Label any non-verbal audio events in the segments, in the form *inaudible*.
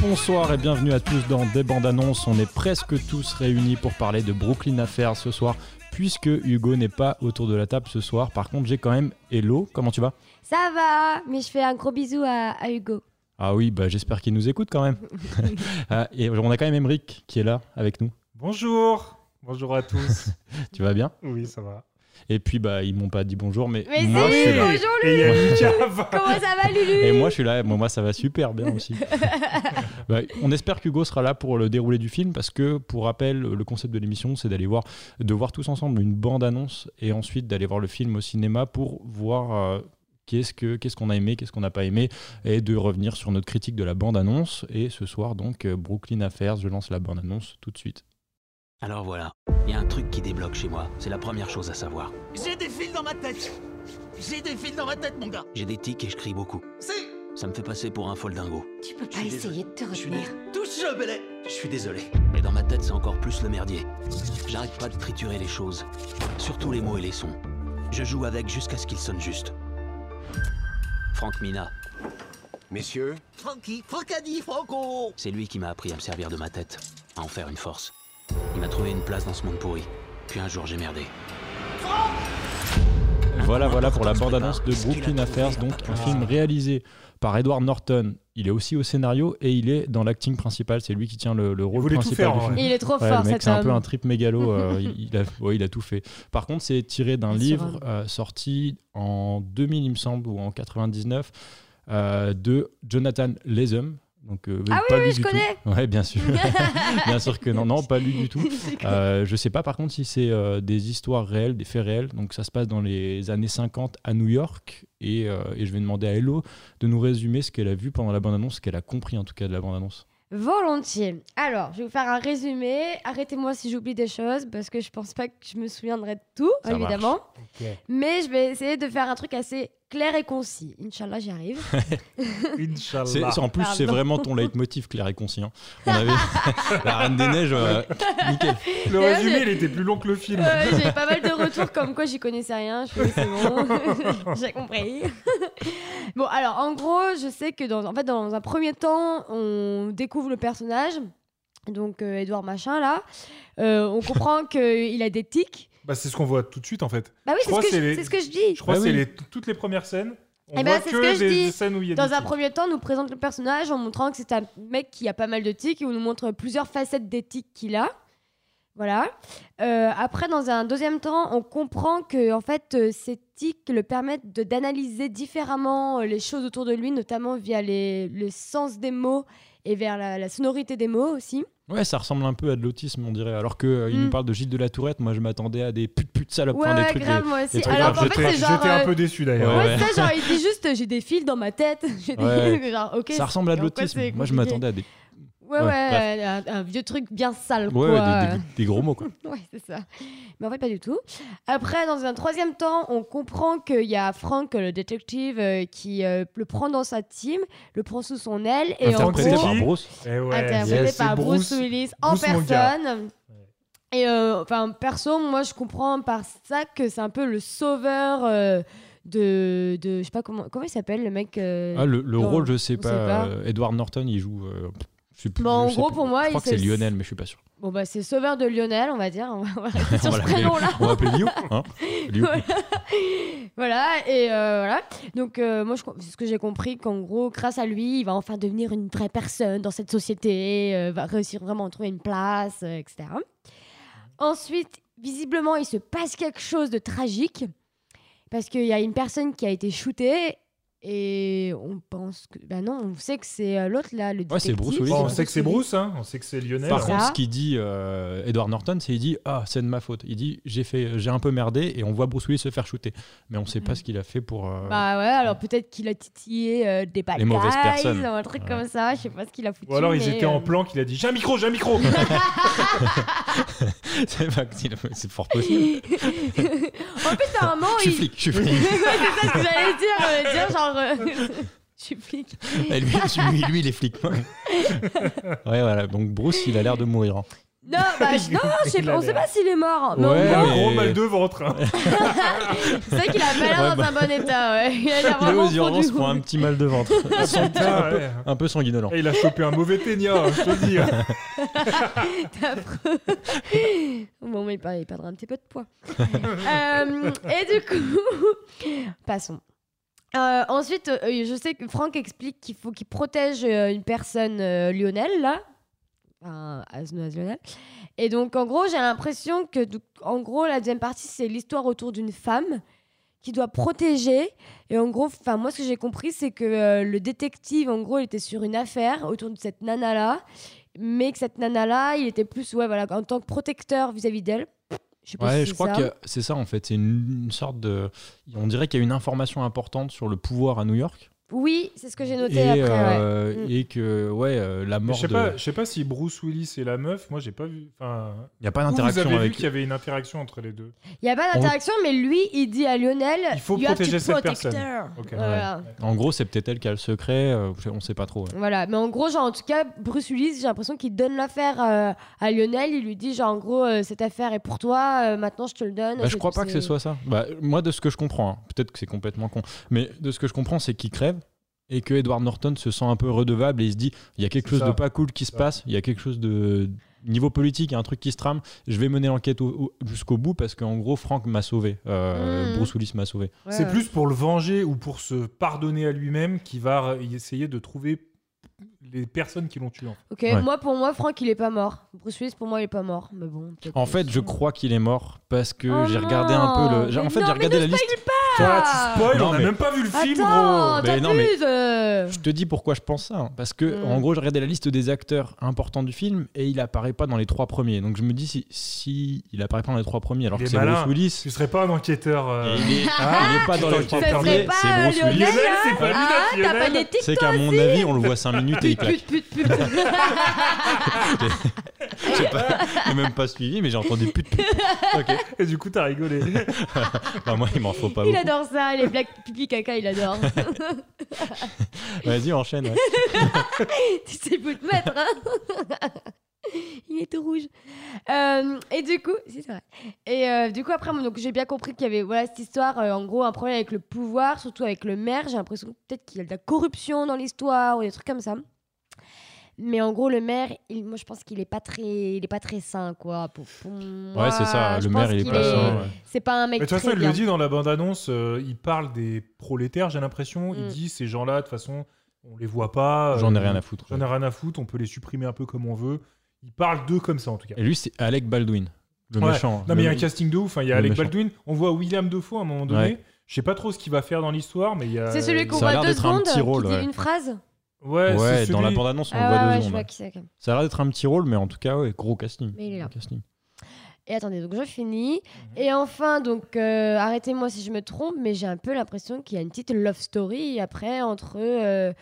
Bonsoir et bienvenue à tous dans Des bandes annonces. On est presque tous réunis pour parler de Brooklyn Affair ce soir, puisque Hugo n'est pas autour de la table ce soir. Par contre, j'ai quand même Hello. Comment tu vas Ça va, mais je fais un gros bisou à, à Hugo. Ah oui, bah j'espère qu'il nous écoute quand même. *laughs* Ah, et on a quand même Emeric qui est là avec nous. Bonjour Bonjour à tous. Tu vas bien oui, ça va. Et puis bah ils m'ont pas dit bonjour, mais, Mais moi si, je suis là. bonjour Et il y a Lulu Lucas. Comment ça va Lulu Et moi, je suis là. Bon, moi, ça va super bien aussi. Bah, on espère qu'Hugo sera là pour le déroulé du film parce que, pour rappel, le concept de l'émission, c'est d'aller voir, de voir tous ensemble une bande-annonce et ensuite d'aller voir le film au cinéma pour voir. euh, Qu'est-ce que- qu'est-ce qu'on a aimé, qu'est-ce qu'on n'a pas aimé, et de revenir sur notre critique de la bande-annonce. Et ce soir, donc, euh, Brooklyn Affairs, je lance la bande-annonce tout de suite. Alors voilà, il y a un truc qui débloque chez moi, c'est la première chose à savoir. J'ai des fils dans ma tête J'ai des fils dans ma tête, mon gars J'ai des tics et je crie beaucoup. Si Ça me fait passer pour un folle dingo. Tu peux Je pas suis essayer de te suis retenir. Touche-le, Belay Je suis désolé, mais dans ma tête, c'est encore plus le merdier. J'arrête pas de triturer les choses, surtout les mots et les sons. Je joue avec jusqu'à ce qu'ils sonnent juste. Franck Mina, Messieurs, Francky, Francadi, Franco c'est lui qui m'a appris à me servir de ma tête, à en faire une force. Il m'a trouvé une place dans ce monde pourri. Puis un jour, j'ai merdé. Voilà, voilà pour la bande-annonce de Brooklyn Affairs, donc un film réalisé par Edward Norton. Il est aussi au scénario et il est dans l'acting principal. C'est lui qui tient le, le Il rôle voulait tout principal faire, du en film. vrai. Il est trop Ouais, fort le mec, cet c'est un peu homme. un trip mégalo. *laughs* euh, il, il a, ouais, il a tout fait. Par contre, c'est tiré d'un Bien sûr, livre euh, sorti en 2000, il me semble, ou en 99, euh, de Jonathan Latham. Donc, euh, Ah oui, pas oui, lu je du tout. Ouais, bien *laughs* sûr. bien sûr que *laughs* non, non, pas lu du tout. Euh, je sais pas par contre si c'est euh, des histoires réelles, des faits réels. Donc ça se passe dans les années 50 à New York. Et, euh, et je vais demander à Hello de nous résumer ce qu'elle a vu pendant la bande-annonce, ce qu'elle a compris en tout cas de la bande-annonce. Volontiers. Alors, je vais vous faire un résumé. Arrêtez-moi si j'oublie des choses, parce que je pense pas que je me souviendrai de tout, Ça évidemment. Ok. Mais je vais essayer de faire un truc assez clair et concis. Inch'Allah, j'y arrive. C'est- Inch'Allah. c'est- en plus, c'est Pardon. vraiment ton leitmotiv clair et conscient. On avait *laughs* la Reine des Neiges, euh, nickel. Le D'ailleurs, résumé, j'ai- il était plus long que le film. Euh, j'ai eu pas mal de retours comme quoi j'y connaissais rien. Je suis c'est bon, *laughs* j'ai compris. bon, alors en gros, je sais que dans, en fait, dans un premier temps, on découvre le personnage, donc euh, Edouard Machin là. Euh, on comprend *laughs* qu'il a des tics. Bah, c'est ce qu'on voit tout de suite, en fait. Bah oui, Je c'est crois ce, que c'est je- les- c'est ce que je dis. Je crois Bah que c'est oui. les- toutes les premières scènes. On Eh ben, voit c'est que ce que je des dis. scènes où il y a Dans des un tics. premier temps, on nous présente le personnage en montrant que c'est un mec qui a pas mal de tics et on nous montre plusieurs facettes des tics qu'il a. Voilà. Euh, après, dans un deuxième temps, on comprend que en fait, euh, ces tics le permettent de- d'analyser différemment euh, les choses autour de lui, notamment via les, le sens des mots et vers la, la sonorité des mots aussi. Ouais, ça ressemble un peu à de l'autisme, on dirait. Alors qu'il il Mm. nous parle de Gilles de la Tourette, moi je m'attendais à des putes putes salopes, enfin, des trucs. des- grave, moi aussi. trucs Alors grave. qu'en fait, J'étais c'est genre. j'étais un euh, peu déçu, d'ailleurs. Ouais, ouais, ouais. ça, genre, il dit juste, euh, j'ai des fils dans ma tête. *laughs* J'ai des- Ouais. genre, ok, Ça ressemble à de en quoi, l'autisme. c'est Moi je compliqué. m'attendais à des, Ouais, Ouais, ouais, bref. un, un vieux truc bien sale, ouais, quoi. ouais, des, des- des gros mots. Quoi. *laughs* Ouais, c'est ça. Mais en fait, pas du tout. Après, dans un troisième temps, on comprend qu'il y a Frank, le détective, euh, qui euh, le prend dans sa team, le prend sous son aile, et en Interprété gros, par Bruce. Eh ouais, interprété c'est par Bruce, Bruce. Willis en Bruce Manga. personne. Et euh, enfin, perso, moi, je comprends par ça que c'est un peu le sauveur euh, de, de. Je sais pas comment, comment il s'appelle, le mec. euh, Ah, le le Non, rôle, je sais on pas. sait pas. euh, Edward Norton, il joue. euh, pff, je sais plus, Bah, en je sais gros, plus. pour moi, je crois il que c'est se- Lionel, mais je suis pas sûr. Bon, bah, c'est sauveur de Lionel, on va dire. *laughs* On va, *laughs* on va rester On *laughs* va sur ce l'appeler- prénom-là. On va appeler Liu. *laughs* hein. Liu. Voilà. *laughs* voilà, et euh, voilà. Donc, euh, moi, je com- c'est ce que j'ai compris, qu'en gros, grâce à lui, il va enfin devenir une vraie personne dans cette société, euh, va réussir vraiment à trouver une place, euh, etc. Ensuite, visiblement, il se passe quelque chose de tragique, parce qu'il y a une personne qui a été shootée, Et on pense que. Bah non, on sait que c'est euh, l'autre là, le Ouais, c'est détective, Bruce Willis, Bon, on ouais. sait que c'est Willis. Bruce, hein, on sait que c'est Lionel. Par Ça. contre, ce qu'il dit euh, Edward Norton, c'est il dit ah c'est de ma faute. Il dit j'ai fait j'ai un peu merdé et on voit Bruce Willis se faire shooter, mais on sait pas ce qu'il a fait pour. euh, Mm-hmm. Bah ouais, alors peut-être qu'il a titillé euh, des bad Les mauvaises guys, personnes. ou un truc Ouais. comme ça, je sais pas ce qu'il a foutu. Ou alors ils mais, étaient en euh, plan qu'il a dit J'ai un micro, j'ai un *laughs* micro *laughs* c'est pas qu'il a fait- c'est fort possible. en plus, à un moment, je suis il. flic, je suis *laughs* flic. *laughs* Ouais, c'est ça ce que j'allais dire, euh, dire genre. euh, *laughs* je suis flic. Et lui, lui, lui, il est *laughs* flic. ouais, voilà. Donc Bruce, il a l'air de mourir. hein. Non, bah, je- non, je sais Il pas- a on sait l'air. pas s'il est mort. Mais Ouais, au moins, mais- Gros mal de ventre *laughs* hein. c'est vrai qu'il a pas l'air Ouais, dans bah- un bon état. Ouais. Il a l'air Il est vraiment aux fondu. urgences pour *laughs* un petit mal de ventre, Sang- Ah, ouais. un peu sanguinolent. Et il a chopé un mauvais ténia, hein, je te le dis. Bon, mais il perd- il perdra un petit peu de poids. Euh, et du coup, *laughs* passons. Euh, ensuite, euh, je sais que Franck explique qu'il faut qu'il protège euh, une personne euh, Lionel, là. Enfin, Asnoaz Lionel. Et donc, en gros, j'ai l'impression que, du- en gros, la deuxième partie, c'est l'histoire autour d'une femme qui doit protéger. Et en gros, enfin, moi, ce que j'ai compris, c'est que euh, le détective, en gros, il était sur une affaire autour de cette nana-là mais que cette nana-là, il était plus ouais, voilà, en tant que protecteur vis-à-vis d'elle. Je sais pas Ouais, si je c'est crois ça. que c'est ça en fait. C'est une, une sorte de. On dirait qu'il y a une information importante sur le pouvoir à New York. Oui, c'est ce que j'ai noté et, après. ouais. euh, ouais. Mm. et que, ouais, euh, la Je mort sais, de. pas, je sais pas si Bruce Willis et la meuf, moi j'ai pas vu. Enfin, Il n'y a pas vous, vous d'interaction avez vu avec. qu'il y avait une interaction entre les deux. Il n'y a pas d'interaction, mais lui, il dit à Lionel Il faut You have to protéger cette protect personne. her. Ok. Voilà. En gros, c'est peut-être elle qui a le secret. euh, on sait pas trop. ouais. Voilà, mais en gros, genre, en tout cas, Bruce Willis, j'ai l'impression qu'il donne l'affaire euh, à Lionel. Il lui dit, genre, en gros, euh, cette affaire est pour toi, euh, maintenant je te le donne. Bah, je C'est- crois pas que ce soit ça. Bah, moi, de ce que je comprends, hein, peut-être que c'est complètement con, mais de ce que je comprends, c'est qu'il crève et que Edward Norton se sent un peu redevable et il se dit il y a C'est quelque chose ça. de pas cool qui se ça. passe, il y a quelque chose de niveau politique, il y a un truc qui se trame, je vais mener l'enquête au- au- jusqu'au bout parce qu'en gros, Franck m'a sauvé, euh, Mhm. Bruce Willis m'a sauvé. Ouais, C'est ouais. plus pour le venger ou pour se pardonner à lui-même qu'il va essayer de trouver les personnes qui l'ont tué. en fait. Ok, Ouais. moi, pour moi, Franck, il est pas mort. Bruce Willis, pour moi, il est pas mort. Mais bon. peut-être En que- fait, je crois qu'il est mort parce que Oh j'ai regardé un peu le. j'ai- non, En fait, mais j'ai non, regardé la mais ne liste. Toi, tu spoil, Non, on a mais- même pas vu le film, Ah Attends, Mais non, mais- t'abuses euh. Je te dis pourquoi je pense ça. hein. Parce que, Mm. en gros, je regardais la liste des acteurs importants du film et il apparaît pas dans les trois premiers. Donc je me dis si, si il apparaît pas dans les trois premiers, alors Il que est c'est malin. Bruce Willis. Tu serais pas un enquêteur. euh, Et il, est, Ah, il est pas dans les putain, trois ça serait premiers, pas, c'est Bruce euh, Willis. Lionel. Lionel, c'est pas lui Ah, notre t'as pas Lionel. d'éthique C'est qu'à mon avis, on le voit 5 minutes et il *laughs* claque. Pute, pute, pute. J'ai pas- j'ai même pas suivi, mais j'ai entendu pute pute. Ok. Et du coup, t'as *laughs* rigolé. Bah, moi, il m'en faut pas Il beaucoup. adore ça, les blagues *laughs* pipi caca, *laughs* il adore. Vas-y, enchaîne. ouais. tu sais plus te mettre, hein *laughs* Il est tout rouge. Euh, et du coup, si, c'est vrai. Et euh, du coup, après, moi, donc j'ai bien compris qu'il y avait voilà, cette histoire, euh, en gros, un problème avec le pouvoir, surtout avec le maire. J'ai l'impression peut-être qu'il y a de la corruption dans l'histoire ou des trucs comme ça. Mais en gros, le maire, il- moi, je pense qu'il est pas très, il est pas très sain, quoi. Pour, pour moi, Ouais, c'est ça. je Le pense maire, il est qu'il pas est- sain. ouais. C'est pas un mec Mais de toute très façon, il bien. le dit dans la bande-annonce, euh, il parle des prolétaires, j'ai l'impression. Mm. Il dit ces gens-là, de toute façon, on les voit pas. euh, J'en ai rien à foutre. J'en ai rien à foutre, on peut les supprimer un peu comme on veut. Il parle d'eux comme ça, en tout cas. Et lui, c'est Alec Baldwin, le Ouais. méchant. Non, mais il y a un Le- casting de ouf. hein. Il y a le Alec méchant. Baldwin. On voit William Defoe à un moment donné. Ouais. Je sais pas trop ce qu'il va faire dans l'histoire, mais il y a. C'est celui qu'on ça a voit l'air deux d'être un secondes, petit rôle, qui dit ouais. une phrase. Ouais, c'est Ouais, celui... dans la bande-annonce, on le ah voit ouais, ouais, deux je secondes. vois qui c'est. quand même. Ça a l'air d'être un petit rôle, mais en tout cas, ouais, gros casting. Mais il est là. Gros casting. Et attendez, donc je finis. Mhm. Et enfin, donc euh, arrêtez-moi si je me trompe, mais j'ai un peu l'impression qu'il y a une petite love story après entre euh,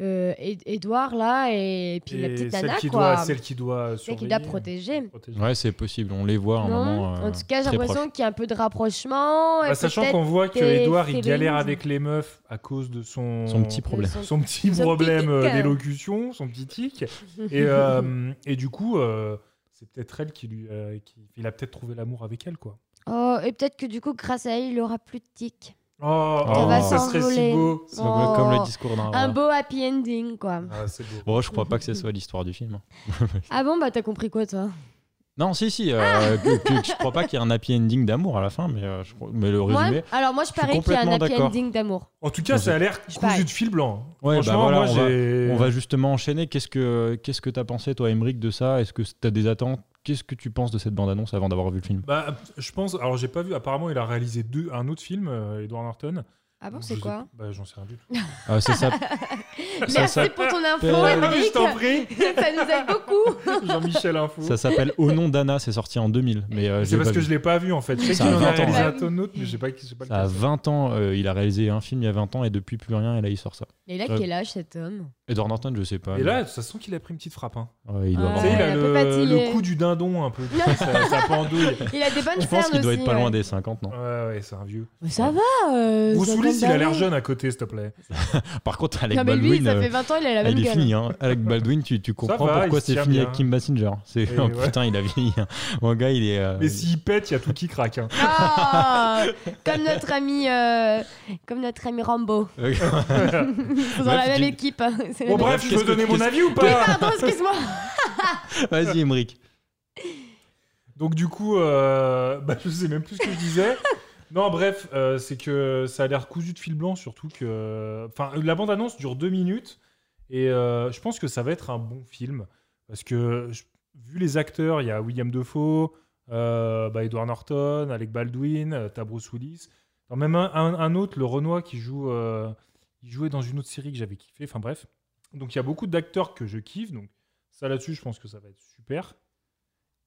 euh, Ed- Edouard là et puis la et petite celle nana qui quoi. doit, celle qui doit C'est surveiller. hein. qu'il doit protéger. protéger. Ouais, c'est possible. On les voit à un non moment. euh, en tout cas, très j'ai proche. l'impression qu'il y a un peu de rapprochement. et Bah, sachant peut-être qu'on voit que des Edouard il galère feelings. avec les meufs à cause de son Son petit problème. que son petit Son hein. problème petit euh, tic. d'élocution, son petit *laughs* tic. Et, euh, et du coup, euh, c'est peut-être elle qui lui. euh, qui- il a peut-être trouvé l'amour avec elle, quoi. Oh, et peut-être que du coup, grâce à elle, il aura plus de tic. Oh, Ça va ça serait si s'envoler. beau. C'est un peu comme Oh, le discours hein. d'un Un rat. beau happy ending quoi. Ah, c'est beau. Bon, je crois pas que ce soit l'histoire du film. hein. Ah bon, bah t'as compris quoi toi Non, si, si. euh, Ah que- que- je crois pas qu'il y ait un happy ending d'amour à la fin, mais, euh, je crois- mais le Moi, résumé. Alors moi, je suis parie qu'il y a un complètement happy d'accord. ending d'amour. En tout cas, Je- ça a l'air je cousu parie. de fil blanc. Ouais, bah Franchement, voilà, moi, on va- j'ai. On va justement enchaîner. Qu'est-ce que qu'est-ce que t'as pensé toi, Emric, de ça Est-ce que t'as des attentes Qu'est-ce que tu penses de cette bande-annonce avant d'avoir vu le film Bah, je pense. Alors, j'ai pas vu. Apparemment, il a réalisé deux, un autre film, euh, Edward Norton. Ah bon, Je c'est sais quoi plus. Bah, j'en sais rien du tout. Ah, c'est *laughs* ça. ça Merci pour ton info, s'appelle- Ah, mais je Eric. t'en *laughs* prie Ça nous aide beaucoup. Jean-Michel Info. Ça s'appelle Au nom d'Anna, c'est sorti en 2000. Mais euh, je C'est l'ai parce pas que vu. je l'ai pas vu en fait. Je sais Ça qu'il a en a 20 ans, réalisé hein. un tonne autre, mais je sais pas qui c'est pas le Ça a cas. 20 ans, euh, il a réalisé un film il y a 20 ans et depuis plus rien, et là il sort ça. Mais là, Euh, quel âge cet homme Edward Norton, je sais pas. Et mais- là, ça sent qu'il a pris une petite frappe. Hein. Ouais, il doit Ah Ouais. Tu avoir- sais, il il a est un peu le, fatigué. le coup du dindon un *laughs* peu. tu sais, ça, ça pendouille. Il a des bonnes Je pense cernes qu'il doit être aussi, pas loin ouais. des 50, non. Ouais, ouais, c'est un vieux. Mais ça va. Euh, Bruce cinquante Willis, il a l'air balais. jeune à côté, s'il te plaît. Ah Par contre, Alec Non, mais Baldwin, lui, ça euh, fait 20 ans, il a la ah, même il est gueule. fini. Hein. Alec Baldwin, tu, tu comprends va, il pourquoi se c'est tient fini bien. avec Kim Basinger. C'est Et oh, ouais. putain, il a vieilli. hein. Mon gars, il est. euh, Mais *laughs* s'il pète, il y a tout qui craque. hein. Ah comme notre ami, euh, comme notre *laughs* ami Rambo. Ils sont dans Ouais, la tu même dis- équipe. hein. C'est la Bon, même- bref, je qu'est-ce peux que- donner mon qu'est-ce- avis ou pas *laughs* Pardon, excuse-moi. Vas-y, Emmerich. Donc, du coup, euh, *laughs* bah, je sais même plus ce que je disais. Non, bref, euh, c'est que ça a l'air cousu de fil blanc, surtout que. Enfin, la bande-annonce dure deux minutes. Et euh, je pense que ça va être un bon film. Parce que, je- vu les acteurs, il y a William Defoe, euh, bah, Edward Norton, Alec Baldwin, euh, t'as Bruce Willis. Alors, même un, un- un autre, le Renoir, qui joue. euh, il jouait dans une autre série que j'avais kiffé. Enfin, bref. Donc, il y a beaucoup d'acteurs que je kiffe. Donc, ça là-dessus, je pense que ça va être super.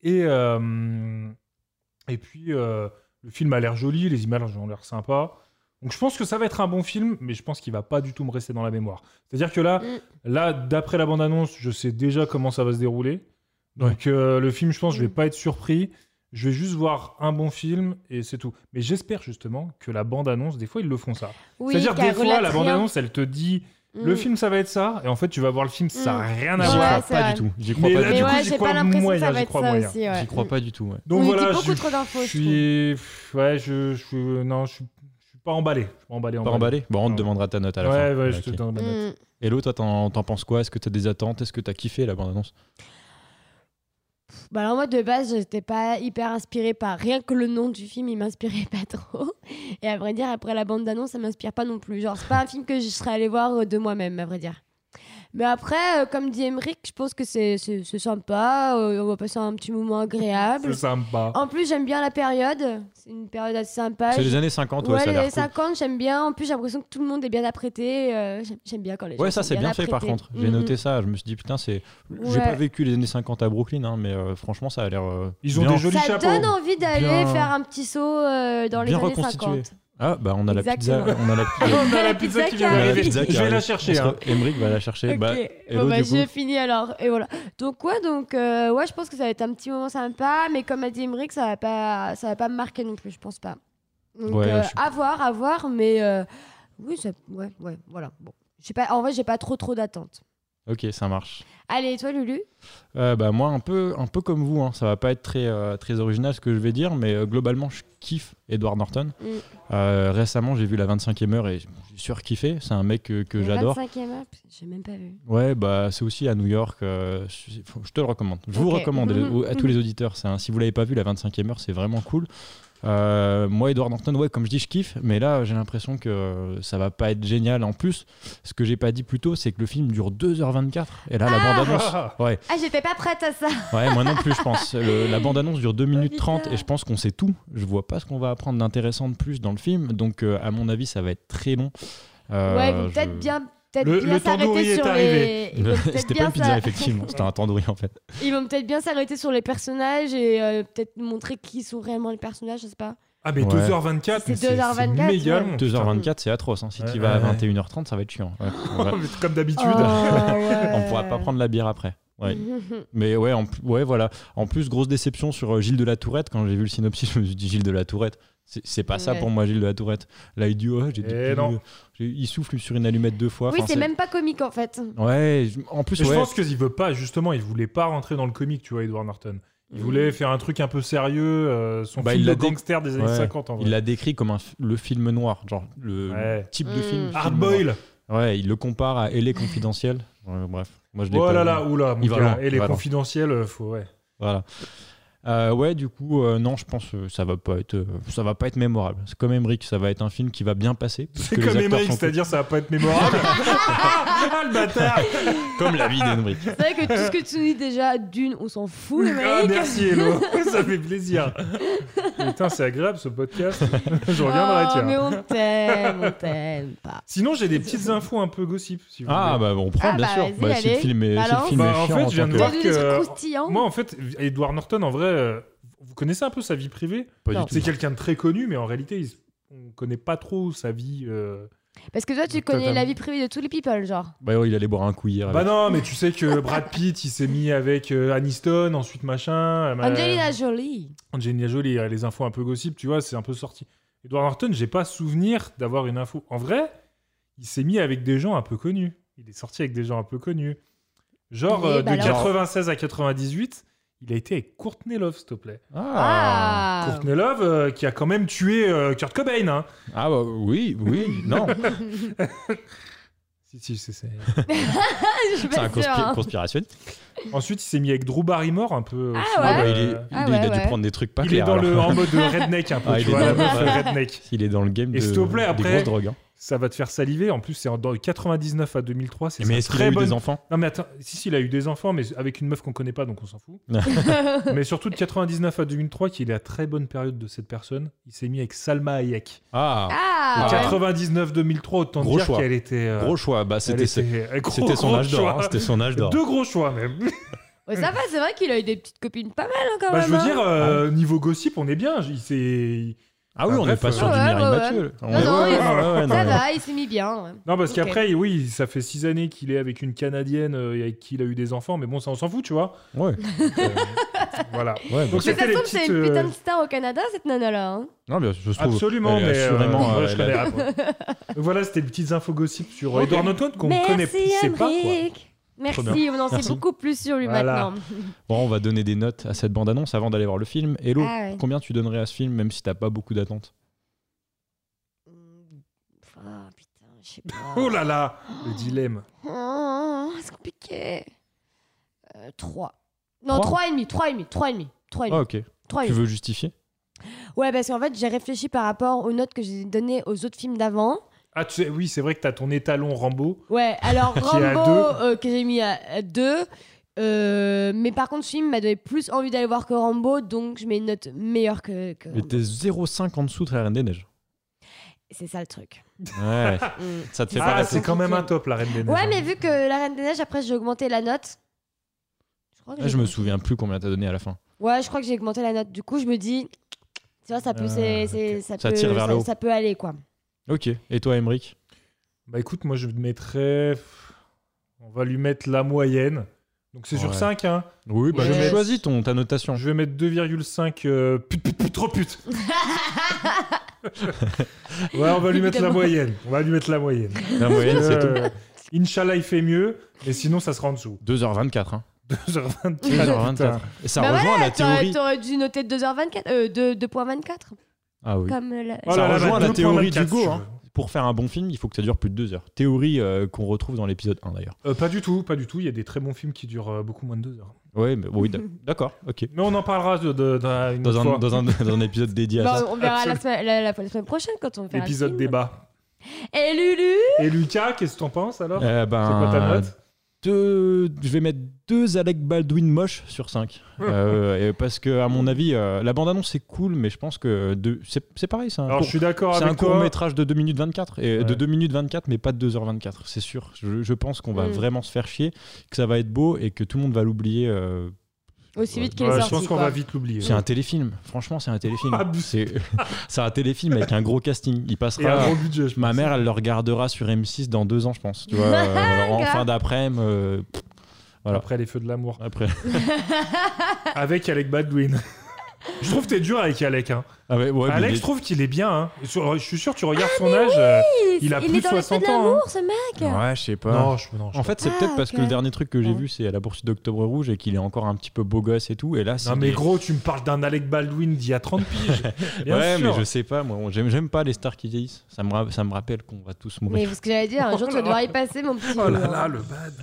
Et, euh, et puis, euh, le film a l'air joli, les images ont l'air sympas. Donc, je pense que ça va être un bon film, mais je pense qu'il va pas du tout me rester dans la mémoire. C'est-à-dire que là, Mm. là d'après la bande-annonce, je sais déjà comment ça va se dérouler. Donc, euh, le film, je pense, je vais Mm. pas être surpris. Je vais juste voir un bon film et c'est tout. Mais j'espère justement que la bande-annonce, des fois, ils le font ça. Oui, C'est-à-dire, qu'elle des fois, la relate rien. bande-annonce, elle te dit le Mm. film, ça va être ça, et en fait, tu vas voir le film, ça n'a rien Mm. J'y à Ouais, voir. crois c'est pas vrai. du tout. J'y crois Mais pas là, du Mais du tout. coup, ouais, j'y j'ai crois pas l'impression que moyen, ça j'y va être crois ça moyen. aussi. ouais. J'y crois pas du tout. ouais. Donc Oui, il voilà, dit beaucoup je, trop d'infos. je je trouve. suis, pff, ouais, je, je suis, euh, non, je suis, je suis pas emballé. Je suis pas emballé. Pas emballé Bon, on te Non. demandera ta note à la Ouais, fin. ouais, je Ok. te donne ma note. Mm. Hello, toi, t'en t'en penses quoi Est-ce que t'as des attentes Est-ce que t'as kiffé la bande-annonce Bah alors moi de base j'étais pas hyper inspirée par rien que le nom du film il m'inspirait *laughs* pas trop et à vrai dire après la bande d'annonce ça m'inspire pas non plus genre c'est pas un film que je serais allée voir euh, de moi-même à vrai dire mais après euh, comme dit Emmerich je pense que c'est c'est- c'est sympa euh, on va passer un petit moment agréable C'est sympa. en plus j'aime bien la période c'est une période assez Ah, sympa C'est Je- les années 50, ouais, ouais ça a les l'air années cool. 50 j'aime bien en plus j'ai l'impression que tout le monde est bien apprêté euh, j'aime- j'aime bien quand les gens Ouais, ça sont c'est bien fait par apprêtés. contre. J'ai Mhm. noté ça. Je me suis dit putain, c'est. J'ai Ouais. pas vécu les années 50 à Brooklyn, hein, mais euh, franchement, ça a l'air. euh, Ils ont bien- des jolis ça chapeaux. *laughs* donne envie d'aller Bien- faire un petit saut euh, dans les bien années reconstitué. 50 Ah bah on a la pizza, Exactement. on a la *laughs* pizza. On a Bah, la La pizza qui vient pizza qui la arrive. d'arriver. pizza qui Je vais la arrive. On chercher. se- hein. Emmerich va la chercher. Ok, Bah, hello, bon, bah, du coup. j'ai fini alors. Et voilà. Donc, ouais, donc, euh, ouais, je pense que ça va être un petit moment sympa, mais comme a dit Emmerich, ça va pas, ça va pas me marquer non plus, je pense pas. Donc, Ouais, euh, je suis- à voir, à voir, mais euh, oui, ça, ouais, ouais, voilà. Bon, J'ai pas, en vrai, j'ai pas trop, trop d'attentes. Ok, ça marche. Allez, et toi, Lulu Euh, bah moi un peu, un peu comme vous. Hein. Ça va pas être très, euh, très original ce que je vais dire, mais euh, globalement je kiffe Edward Norton. Mm. Euh, récemment j'ai vu la 25e heure et j'ai surkiffé. C'est un mec euh, que La j'adore. 25e heure, putain, j'ai même pas vu. Ouais, bah c'est aussi à New York. euh, je faut- je te le recommande. Je vous Ok. recommande Mhm. au- à tous les auditeurs. c'est un- si vous l'avez pas vu, la 25e heure, c'est vraiment cool. Euh, moi, Edward Norton, ouais, comme je dis, je kiffe, mais là, j'ai l'impression que euh, ça va pas être génial. En plus, ce que j'ai pas dit plus tôt, c'est que le film dure 2h24. Et là, la *laughs* bande-annonce. Ah, Ouais, Ah, j'étais pas prête à ça. ouais, moi non plus, je pense. Le- la bande-annonce dure 2 minutes putain. 30 et je pense qu'on sait tout. Je vois pas ce qu'on va apprendre d'intéressant de plus dans le film. Donc, euh, à mon avis, ça va être très long. Euh, ouais, ils vont *laughs* peut-être je- bien. Peut-être Le- bien le tandoori s'arrêter est sur les. arrivé. *laughs* ils vont peut-être C'était pas bien une pizza, s'a- effectivement. C'était un tandoori, en fait. Ils vont peut-être bien s'arrêter sur les personnages et euh, peut-être nous montrer qui sont réellement les personnages, je sais pas. Ah, mais Ouais. 2h24, C'est mais 2h24, méga ouais. long. 2h24, c'est atroce. hein. Si Ouais, tu vas ouais, à ouais. 21h30, ça va être chiant. Ouais, on *laughs* va- Mais Comme d'habitude. Oh. on pourra pas prendre la bière après. Ouais. Mm. *laughs* Mais ouais, en, pl- ouais, voilà. En plus, grosse déception sur euh, Gilles de la Tourette. Quand j'ai vu le synopsis, je me suis dit Gilles de la Tourette. C'est c'est pas ça Ouais. pour moi, Gilles de la Tourette. Là, il dit ouais, j'ai Eh dit plus- non. j'ai- il souffle sur une allumette deux fois. Oui, Enfin, c'est même pas comique en fait. Ouais, je- en plus, Et Je ouais. pense qu'il veut pas, justement, il voulait pas rentrer dans le comique, tu vois, Edward Norton. Mm. Il voulait faire un truc un peu sérieux, euh, son Bah, film il l'a de dé- gangster des années Ouais. 50 en vrai. Il l'a décrit comme un f- le film noir, genre le Ouais. type de film. Mm. Hard film noir. Boil. Ouais, il le compare à Elle confidentiel. Ouais, bref, moi hein. je l'ai Oh pas là vu. là, oula, mon Il va gars. loin, Et il les va loin. confidentiels, euh, faut, ouais. Voilà. Euh, ouais, du coup, euh, non, je pense que ça va pas être, euh, ça va pas être mémorable. C'est comme Emmerich, ça va être un film qui va bien passer. parce C'est que les comme acteurs Emmerich, sont c'est-à-dire ça va pas être *laughs* mémorable. ah, le bâtard cool. comme la *laughs* vie d'Emmerich. C'est vrai que tout ce que tu nous dis déjà, d'une, on s'en fout, les Ah, mecs. merci *laughs* Hello, ça fait plaisir. Putain, c'est agréable ce podcast. *laughs* Je reviendrai, Oh, tiens. Mais on t'aime, on t'aime pas. Sinon, j'ai des petites infos un peu gossip. Si vous Ah voulez. bah on prend Ah, bien bah, sûr. vas-y, Bah, c'est le allez, film, est, c'est le balance. film Bah, est en chiant fait, tant je viens de que- T'as voir vu des trucs que- bah. croustillants Moi, en fait, Edward Norton, en vrai, euh, vous connaissez un peu sa vie privée Pas du Non. tout. C'est quelqu'un de très connu, mais en réalité, il s- on connaît pas trop sa vie. euh. Parce que toi, tu Totalement. connais la vie privée de tous les people, genre. Bah, il allait boire un coup hier. Bah avec- non, mais tu sais que Brad Pitt, il s'est mis avec euh, Aniston, ensuite machin. euh, Angelina Jolie. Angelina Jolie, euh, les infos un peu gossip, tu vois, c'est un peu sorti. Edward Norton, j'ai pas souvenir d'avoir une info. En vrai, il s'est mis avec des gens un peu connus. Il est sorti avec des gens un peu connus. Genre, Et euh, bah de alors 96 à 98, il a été avec Courtney Love, s'il te plaît. Ah. Ah. Courtney Love, euh, qui a quand même tué euh, Kurt Cobain. Hein. Ah, bah oui, oui, non. *laughs* Si, si, c'est- c'est- *laughs* Je suis c'est un pas sûre, conspira- hein. conspirationniste. Ensuite, il s'est mis avec Drew Barrymore, un peu. aussi. Ah bah, ouais il, est- Euh, Ah il a ouais, dû ouais. prendre des trucs pas il est clairs. dans alors. *laughs* le, en mode redneck, un peu, Ah, tu il est vois, la dans- meuf ouais. redneck. Il est dans le game Et de, s'il te plaît, des après- grosses drogues. hein. Ça va te faire saliver. En plus, c'est en- dans 99 à 2003. C'est Mais sa est-ce qu'il a très eu bonne des enfants Non mais attends, si si il a eu des enfants, mais avec une meuf qu'on connaît pas, donc on s'en *laughs* fout. mais surtout de 99 à 2003, qui est la très bonne période de cette personne, il s'est mis avec Salma Hayek. Ah, Ah, ouais. 99-2003, autant Gros dire choix. qu'elle était. euh, gros choix. Bah, elle c'était ses- était- euh, gros- c'était son gros âge d'or. choix. hein, C'était son âge d'or. Deux gros choix *laughs* même. Ouais, ça va, c'est vrai qu'il a eu des petites copines pas mal, hein, quand Bah, je même. veux hein. dire, euh, niveau gossip, on est bien. Il s'est. Ah oui, Ah, on n'est bref, pas euh, sur du ouais, Mireille ouais, Mathieu. On- Non, non, ouais, il- ouais, ouais, non, Ça non. va, il s'est mis bien. ouais. Non, parce Ok. qu'après, oui, ça fait six années qu'il est avec une Canadienne euh, et avec qui il a eu des enfants, mais bon, ça, on s'en fout, tu *laughs* vois. Ouais, Donc, euh, voilà. ouais, bah, Donc, Mais ça c'était se les trouve, c'est petites, une putain euh, de star au Canada, cette nana-là. hein. Non, bien, je trouve. Absolument, elle est mais euh, assurément, ouais, euh, je elle a- connais pas, *laughs* quoi. Donc voilà, c'était les petites infos gossip sur euh, Edward Norton qu'on connaît Merci, sait pas quoi. Amérique. Merci, bien. on en sait Merci. beaucoup plus sur lui Voilà. maintenant. Bon, on va donner des notes à cette bande-annonce avant d'aller voir le film. Hello, Ah ouais. combien tu donnerais à ce film, même si t'as pas beaucoup d'attentes Oh, putain, je sais pas. *laughs* Oh là là, le dilemme. Oh, c'est compliqué. 3. Non, Trois 3 et demi, 3 et demi, 3 et demi, 3 et Ah, Oh, demi, ok. trois et Tu demi. veux justifier Ouais, parce qu'en fait, j'ai réfléchi par rapport aux notes que j'ai données aux autres films d'avant. Ah tu sais, oui, c'est vrai que t'as ton étalon Rambo. Ouais, alors Qui est à Rambo euh, que j'ai mis à 2. mais par contre, ce film m'a donné plus envie d'aller voir que Rambo, donc je mets une note meilleure que, que Mais Rambo. t'es 0,5 en dessous de la Reine des Neiges. C'est ça le truc. *laughs* Ouais, Mm. ça te fait pas Ah, passer. c'est quand même un top, la Reine des Neiges. Ouais, mais vu que La Reine des Neiges, après, j'ai augmenté la note. Je, crois que Là, j'ai- Ah, je me souviens plus combien t'as donné à la fin. Ouais, je crois que j'ai augmenté la note. Du coup, je me dis, tu vois, ça peut, Ah, c'est- c'est- ça Ça peut, tire vers ça- le haut. ça peut aller, quoi. Ok. Et toi, Emmerich Bah écoute, moi je mettrais. On va lui mettre la moyenne. Donc c'est sur Ouais. 5, hein. Oui, bah, je je- choisis ton, ta notation. Je vais mettre 2,5 euh, pute, pute, pute, trop *laughs* pute. ouais, on va lui mettre la Évidemment. moyenne. On va lui mettre la moyenne. La moyenne, c'est tout. Euh, Inch'Allah, il fait mieux, mais sinon, ça sera en dessous. 2h24. *laughs* Hein. 2h24. 2h24. Ah, putain. Et ça Bah rejoint voilà, la t'aurais- théorie. T'aurais dû noter 2h24, euh, deux- 2.24, Ah oui. comme la... Oh ça là là, rejoint la 2.24, théorie si d'Hugo. tu Hein. Pour faire un bon film, il faut que ça dure plus de 2 heures. Théorie euh, qu'on retrouve dans l'épisode 1 d'ailleurs. veux. Euh, pas du tout, pas du tout. Il y a des très bons films qui durent euh, beaucoup moins de 2 heures. Ouais, mais oui, *laughs* d'ac- d'accord, ok. Mais on en parlera de, de- de- une Dans autre fois. un, dans, un, dans un épisode dédié à Bah, ça. on verra la semaine, la, la- la semaine prochaine quand on verra le épisode film. débat. Et Lulu Et Lucas, qu'est-ce que t'en penses alors Euh, C'est ben, quoi ta note deux, je vais mettre deux Alec Baldwin moches sur 5. parce que, à mon avis, euh, la bande-annonce c'est cool, mais je pense que deux- c'est c'est pareil, c'est un, Alors, court, je suis d'accord c'est un avec court toi. métrage de 2 minutes 24, et, de Ouais. 2 minutes 24, mais pas de 2h24, c'est sûr. Je, je pense qu'on va Mm. vraiment se faire chier, que ça va être beau et que tout le monde va l'oublier. euh, Aussi vite qu'il Ouais, Bah, est Euh, je sorti. pense qu'on quoi. va vite l'oublier. C'est un téléfilm, franchement, c'est un téléfilm. Ah, but. c'est *laughs* c'est un téléfilm avec un gros casting. Il Et un passera. gros budget, je pense. Ma mère, elle le regardera sur M6 dans deux ans, je pense. Tu *laughs* vois, euh, en fin d'après-midi. euh, voilà. Après les feux de l'amour. Après. Avec Alec Baldwin. Je trouve que t'es dur avec Alec. Hein. *laughs* Ah ouais, ouais, mais Alec, il est- je trouve qu'il est bien. Hein. Et sur- Je suis sûr, tu regardes Ah son âge. euh, Il a plus est de dans le feu 60 de ans, hein. l'amour, ce mec. Ouais, je sais pas. Non, je, non, je- En fait, c'est Ah, peut-être parce ok. que le dernier truc que j'ai Ouais. vu, c'est à la poursuite d'Octobre Rouge et qu'il est encore un petit peu beau gosse et tout. Et là, c'est. non, mais des- gros, tu me parles d'un Alec Baldwin d'il y a 30 *laughs* piges. Bien ouais, sûr. mais je sais pas, moi, on- j'aime j'aime pas les stars qui vieillissent. Ça me, ra- ça me rappelle qu'on va tous Mais mourir. parce que j'allais dire, un jour, tu vas devoir y passer, mon petit. Oh là là, le bad.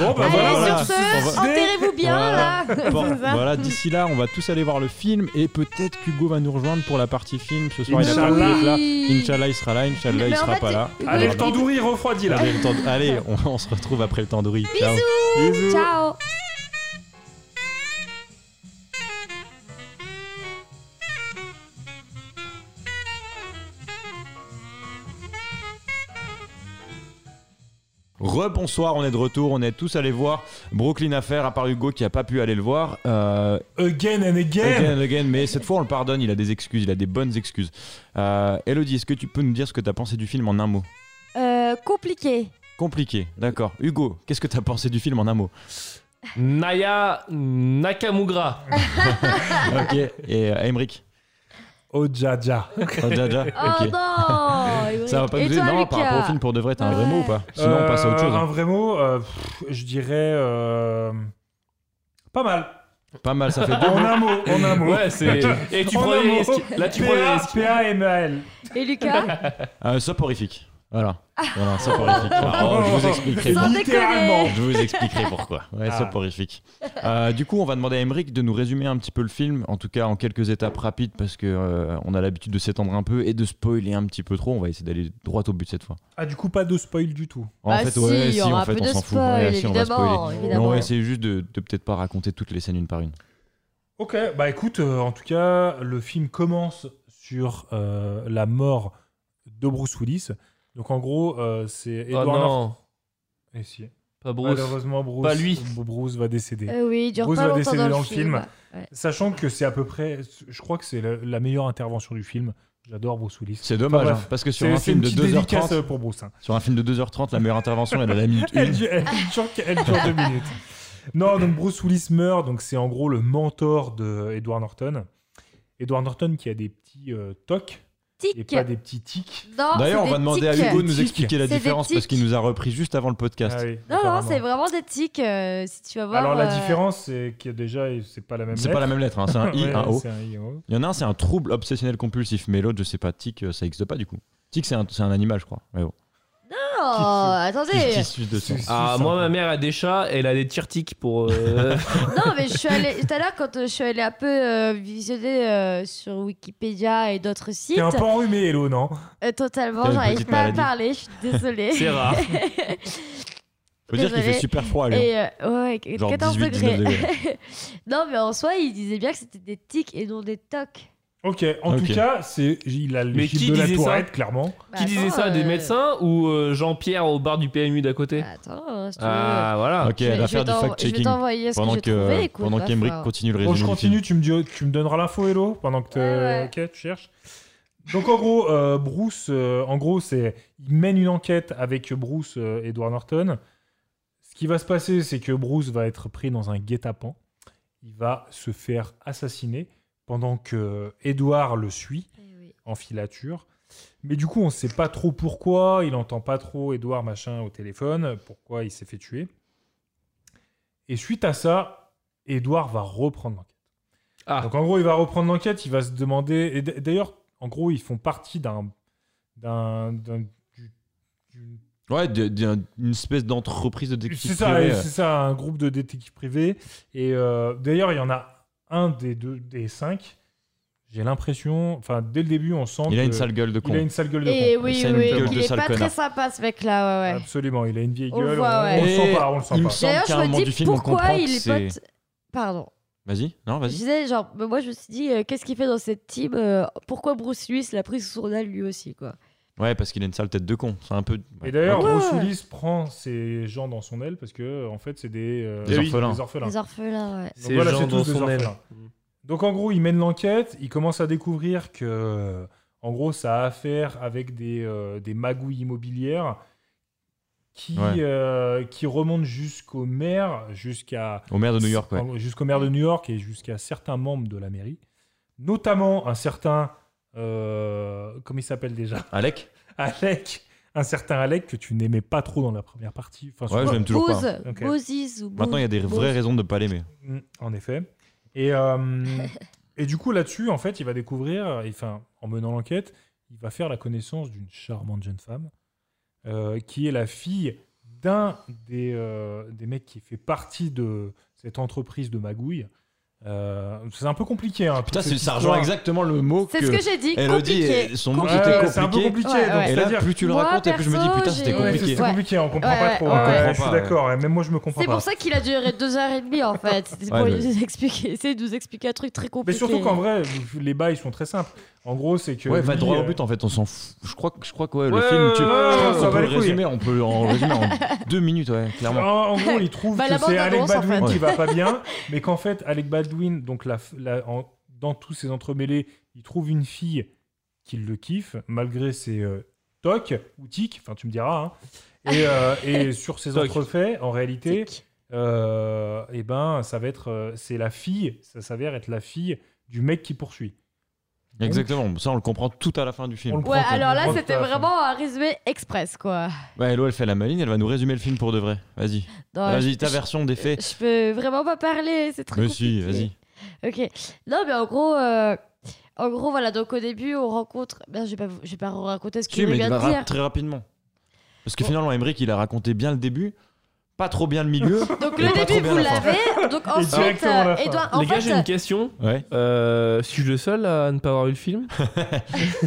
bon, bah Allez, voilà, voilà. sur On ce, va- enterrez-vous bien, là. Bon, *laughs* *laughs* C'est ça. voilà, d'ici là, on va tous aller voir le film et peut-être qu'Hugo va nous rejoindre pour la partie film. Ce soir, il a pas Inch'Allah. pu être là. Oui. Inch'Allah, il sera là. Inch'Allah, Mais il en sera fait, pas là. Hugo, Allez, il- le tandoori refroidit là. Allez, le temps- Allez, on, on se retrouve après le temps de rire. Ciao. Bisous. Ciao. Rebonsoir, on est de retour, on est tous allés voir Brooklyn Affair, à part Hugo qui a pas pu aller le voir. Euh, Again and again. Again, again, mais cette fois on le pardonne, il a des excuses, il a des bonnes excuses. Euh, Elodie, est-ce que tu peux nous dire ce que t'as pensé du film en un mot Euh, compliqué. Compliqué, d'accord. Hugo, qu'est-ce que t'as pensé du film en *laughs* un mot Naya Nakamura. Ok. Et euh, Aymeric Oh, Jaja. Oh, *laughs* Jaja, Oh *laughs* ok. non Ça va pas Et nous aider toi, Non, Lucas par rapport au film pour de vrai, t'as un vrai Ouais. mot ou pas Sinon on passe à autre chose. hein. Un vrai mot, euh, pff, je dirais. euh, Pas mal. Euh, Pas mal, *laughs* ça fait deux. En un mot, en un mot. *laughs* Ouais, c'est. Et tu En prends un les mot. risques. Là, tu prends les PA, risques. PAML. Et Lucas Euh, soporifique. Voilà. Ah. Voilà, soporifique. *laughs* Alors, je vous expliquerai Sans pourquoi. déconner Je vous expliquerai pourquoi. Ouais, Ah. soporifique. Euh, du coup, on va demander à Emeric de nous résumer un petit peu le film, en tout cas en quelques étapes rapides, parce que euh, on a l'habitude de s'étendre un peu et de spoiler un petit peu trop. On va essayer d'aller droit au but cette fois. Ah, du coup, pas de spoil du tout. En Ah fait, si, ouais, il y si, aura en un fait, peu on de s'en fout. spoil, Ouais, si, on va spoiler. évidemment, Mais on évidemment. va essayer juste de, de peut-être pas raconter toutes les scènes une par une. Ok, bah écoute, euh, en tout cas, le film commence sur euh, la mort de Bruce Willis. Donc en gros, euh, c'est Oh Edward Norton- non, Eh si. pas Bruce. Malheureusement, Bruce, Pas lui. Bruce va décéder. Euh, oui, il dure Bruce pas va longtemps décéder dans, dans le le film. film. ouais. Ouais. Sachant que c'est à peu près, je crois que c'est la, la meilleure intervention du film. J'adore Bruce Willis. C'est dommage, Enfin, hein, parce que sur C'est un c'est film une de petite dédicace 2h30, euh, pour Bruce. hein. sur un film de 2h30, la meilleure intervention, elle est *laughs* à la minute Elle 1. dure, elle dure- elle dure *laughs* deux minutes. Non, donc Bruce Willis meurt, donc c'est en gros le mentor de Edward Norton. Edward Norton qui a des petits euh, tocs et Tic pas des petits tics. Non, D'ailleurs, Oh, on c'est va des demander à tics. Hugo de nous Tics. expliquer la C'est des différence parce tics. qu'il nous a repris juste avant le podcast. Ah oui, Non, non, apparemment. c'est vraiment des tics, euh, si tu vas voir. Alors la euh, différence, c'est que déjà, c'est pas la même C'est pas la lettre. même lettre, hein, c'est un *laughs* I, Ouais, un O. c'est I, un O. Il y en a un, c'est un trouble obsessionnel compulsif, mais l'autre, je sais pas, tic, euh, ça existe pas du coup. Tic, c'est un, c'est un animal, je crois. Mais bon. Oh, Tic, attendez tic, tic, de sang. C'est- Ah, c'est moi, ça. ma mère a des chats, elle a des tirtiques pour. euh, *laughs* Non, mais je suis allée. Tout à l'heure, quand euh, je suis allée un peu euh, visionner euh, sur Wikipédia et d'autres sites, T'es un peu enrhumé, Hello, non euh, totalement, T'as une j'arrive petite pas maladie. à parler, je suis désolée. C'est rare. Faut dire qu'il Désolée. fait super froid à Lyon. Et euh, ouais, Genre 14 18, 19 degrés. *laughs* non, mais en soi, il disait bien que c'était des tics et non des tocs. Ok, en Ok. tout cas, c'est il a le Mais gif qui de la disait ça tourette, clairement. Bah, Qui disait attends, ça Des euh, médecins ou euh, Jean-Pierre au bar du PMU d'à côté Attends, hein, si tu veux. Ah, voilà. ok, Je vais- elle va je vais faire du t'envo- Je vais fact-checking. t'envoyer ce Pendant que, j'ai trouvé, que, euh, écoute, pendant va qu'Emeric falloir. continue le Bon, résumé. je du continue, film. tu me, dis- tu me donneras l'info, Hello, pendant que Ouais, t'es- ok, tu cherches. Donc en gros, euh, Bruce, euh, en gros, c'est il mène une enquête avec Bruce euh, Edward Norton. Ce qui va se passer, c'est que Bruce va être pris dans un guet-apens. Il va se faire assassiner pendant que Edward le suit Eh oui. en filature. Mais du coup, on ne sait pas trop pourquoi. Il entend pas trop Edouard machin au téléphone, pourquoi il s'est fait tuer. Et suite à ça, Edouard va reprendre l'enquête. Ah. Donc en gros, il va reprendre l'enquête, il va se demander. Et d- d'ailleurs, en gros, ils font partie d'un. d'un- d'un- du- du- Ouais, d- d- une espèce d'entreprise de détective. c'est ça, privé, et euh. c'est ça, un groupe de détectives privés. Et euh, d'ailleurs, il y en a un des deux, des cinq. J'ai l'impression, enfin, dès le début, on sent. Il a une que- sale gueule de Il a con. une sale gueule de con. Et Eh oui, C'est une oui, gueule qu'il de est sale pas très connard. sympa ce mec-là, ouais, ouais. Absolument, il a une vieille On le gueule. voit, on- ouais. on le sent Et pas, on le sent il me pas. semble D'ailleurs, qu'à je un moment me Ah, du dis film, on pourquoi comprend que il est c'est- pote. Pardon. Vas-y, non, Je vas-y. disais, genre, mais moi je me suis dit, euh, qu'est-ce qu'il fait dans cette team euh, Pourquoi Bruce Willis l'a pris sous son aile lui aussi, quoi Ouais, parce qu'il a une sale tête de con. C'est un peu. ouais. Et d'ailleurs, Ouais. Bruce Willis prend ces gens dans son aile parce que, en fait, c'est des, euh, Des orphelins. Les orphelins, ouais. Donc C'est voilà, Jean c'est tous dans des son aile. orphelins. Mm. Donc en gros, il mène l'enquête, il commence à découvrir que, euh, en gros, ça a affaire avec des, euh, des magouilles immobilières qui, Ouais. euh, qui remonte jusqu'au maire, jusqu'à Au maire de New York, ouais. pardon, jusqu'au maire de New York et jusqu'à certains membres de la mairie, notamment un certain euh, comment il s'appelle déjà Alec Alec, un certain Alec que tu n'aimais pas trop dans la première partie. Enfin, Ouais, surtout- je l'aime toujours pas. Bose, Ok. Bozis ou Bose. Maintenant, il y a des Bose. vraies raisons de ne pas l'aimer. Mm, En effet. Et, euh, et du coup, là-dessus, en fait, il va découvrir, et, enfin, en menant l'enquête, il va faire la connaissance d'une charmante jeune femme euh, qui est la fille d'un des, euh, des mecs qui fait partie de cette entreprise de magouille. Euh, c'est un peu compliqué. Hein, Putain, toute c'est- cette ça rejoint histoire. exactement le mot C'est ce que j'ai dit, Elodie, compliqué. et son mot Compliqué. était Ouais, c'est un peu compliqué. compliqué. Ouais, donc, ouais. Et là, c'est-à-dire- plus tu le Moi, racontes, et plus je me dis perso, putain, c'était j'ai- Ouais, compliqué. c'est compliqué, on comprend Ouais, pas trop. hein, ouais, ouais. je Ouais. suis d'accord, hein, même moi je me comprends C'est pas. pour ça qu'il a duré deux heures et *laughs* demie en fait. C'était pour Ouais, mais- nous *laughs* expliquer, essayer de nous expliquer un truc très Mais compliqué. surtout qu'en vrai, les bails sont très simples. En gros, c'est que. Ouais, va lui, droit au euh, but en fait, on s'en fout. Je crois, que- je crois que ouais, le Ouais, film, tu, ouais, je crois ouais, qu'on ça va peut le les couilles. résumer, on peut le en résumer *laughs* en deux minutes, ouais, clairement. En, en gros, il trouve Bah, que la c'est Alec bande-annonce, en Baldwin fait. qui va pas bien, mais qu'en fait, Alec Baldwin, donc la, f- la- en- dans tous ses entremêlés, il trouve une fille qui le kiffe, malgré ses euh, tocs ou tics, enfin tu me diras. hein. Et, euh, *laughs* et sur ses Toc. entrefaits, en réalité, Tic. euh, eh ben, ça va être, euh, c'est la fille, ça s'avère être la fille du mec qui poursuit. Exactement, ça on le comprend tout à la fin On du le film. comprend, Ouais, t'as- alors on là, le c'était comprend. vraiment un résumé express quoi. Ouais, Hello, elle fait la maline, elle va nous résumer le film pour de vrai. Vas-y, Non, vas-y, je- ta version des faits. je, je peux vraiment pas parler, c'est très Mais si, compliqué. vas-y. Ok. Non, mais en gros, euh, en gros, voilà. Donc au début, on rencontre. Ben, je vais pas, vous- je vais pas vous raconter ce que Si, je mais viens de ra- dire. très rapidement. Parce que finalement, Emmerich, il a raconté bien le début, pas trop bien le milieu. *laughs* Donc Et pas le trop début, bien vous la fin. l'avez. Donc ensuite, directement la fin. Edouard, Les en gars, fait, j'ai une question. Ouais. Euh, suis-je le seul à ne pas avoir eu le *laughs* film